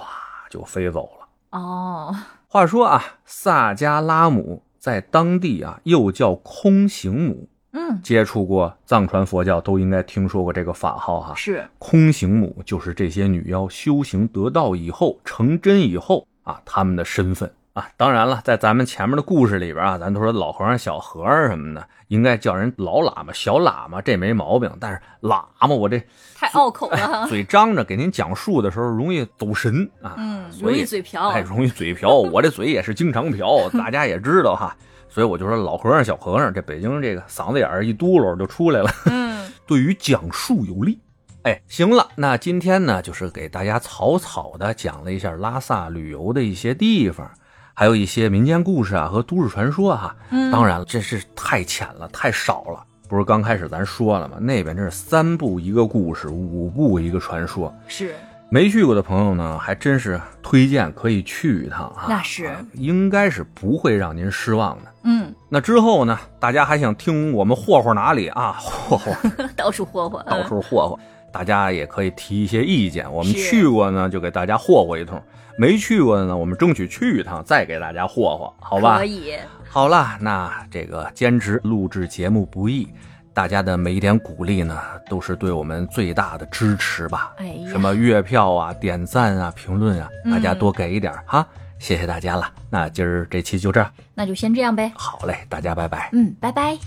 就飞走了。哦，话说啊，萨加拉姆在当地啊又叫空行母，嗯，接触过藏传佛教都应该听说过这个法号哈。是，空行母就是这些女妖修行得道以后成真以后啊，她们的身份啊。当然了，在咱们前面的故事里边啊，咱都说老和尚、小和尚什么的，应该叫人老喇嘛、小喇嘛，这没毛病。但是喇嘛，我这太拗 口了，嘴张着给您讲述的时候容易走神啊，嗯，所容易以嘴瓢，哎，容易嘴瓢。我这嘴也是经常瓢，大家也知道哈。所以我就说老和尚、小和尚，这北京这个嗓子眼儿一嘟噜就出来了。嗯，对于讲述有利。哎，行了，那今天呢，就是给大家草草的讲了一下拉萨旅游的一些地方，还有一些民间故事啊和都市传说啊。嗯当然了，这是太浅了，太少了。不是刚开始咱说了吗？那边这是三部一个故事，五部一个传说。是，没去过的朋友呢，还真是推荐可以去一趟啊。那是啊应该是不会让您失望的。嗯，那之后呢，大家还想听我们霍霍哪里啊？霍霍到处霍霍，到嗯处霍霍。大家也可以提一些意见，我们是去过呢就给大家霍霍一通，没去过的呢我们争取去一趟再给大家霍霍，好吧可？以，好了，那这个坚持录制节目不易，大家的每一点鼓励呢都是对我们最大的支持吧。哎呀什么月票啊、点赞啊、评论啊，大家嗯多给一点儿哈、谢谢大家了。那今儿这期就这儿，那就先这样呗，好嘞，大家拜拜。嗯，拜拜。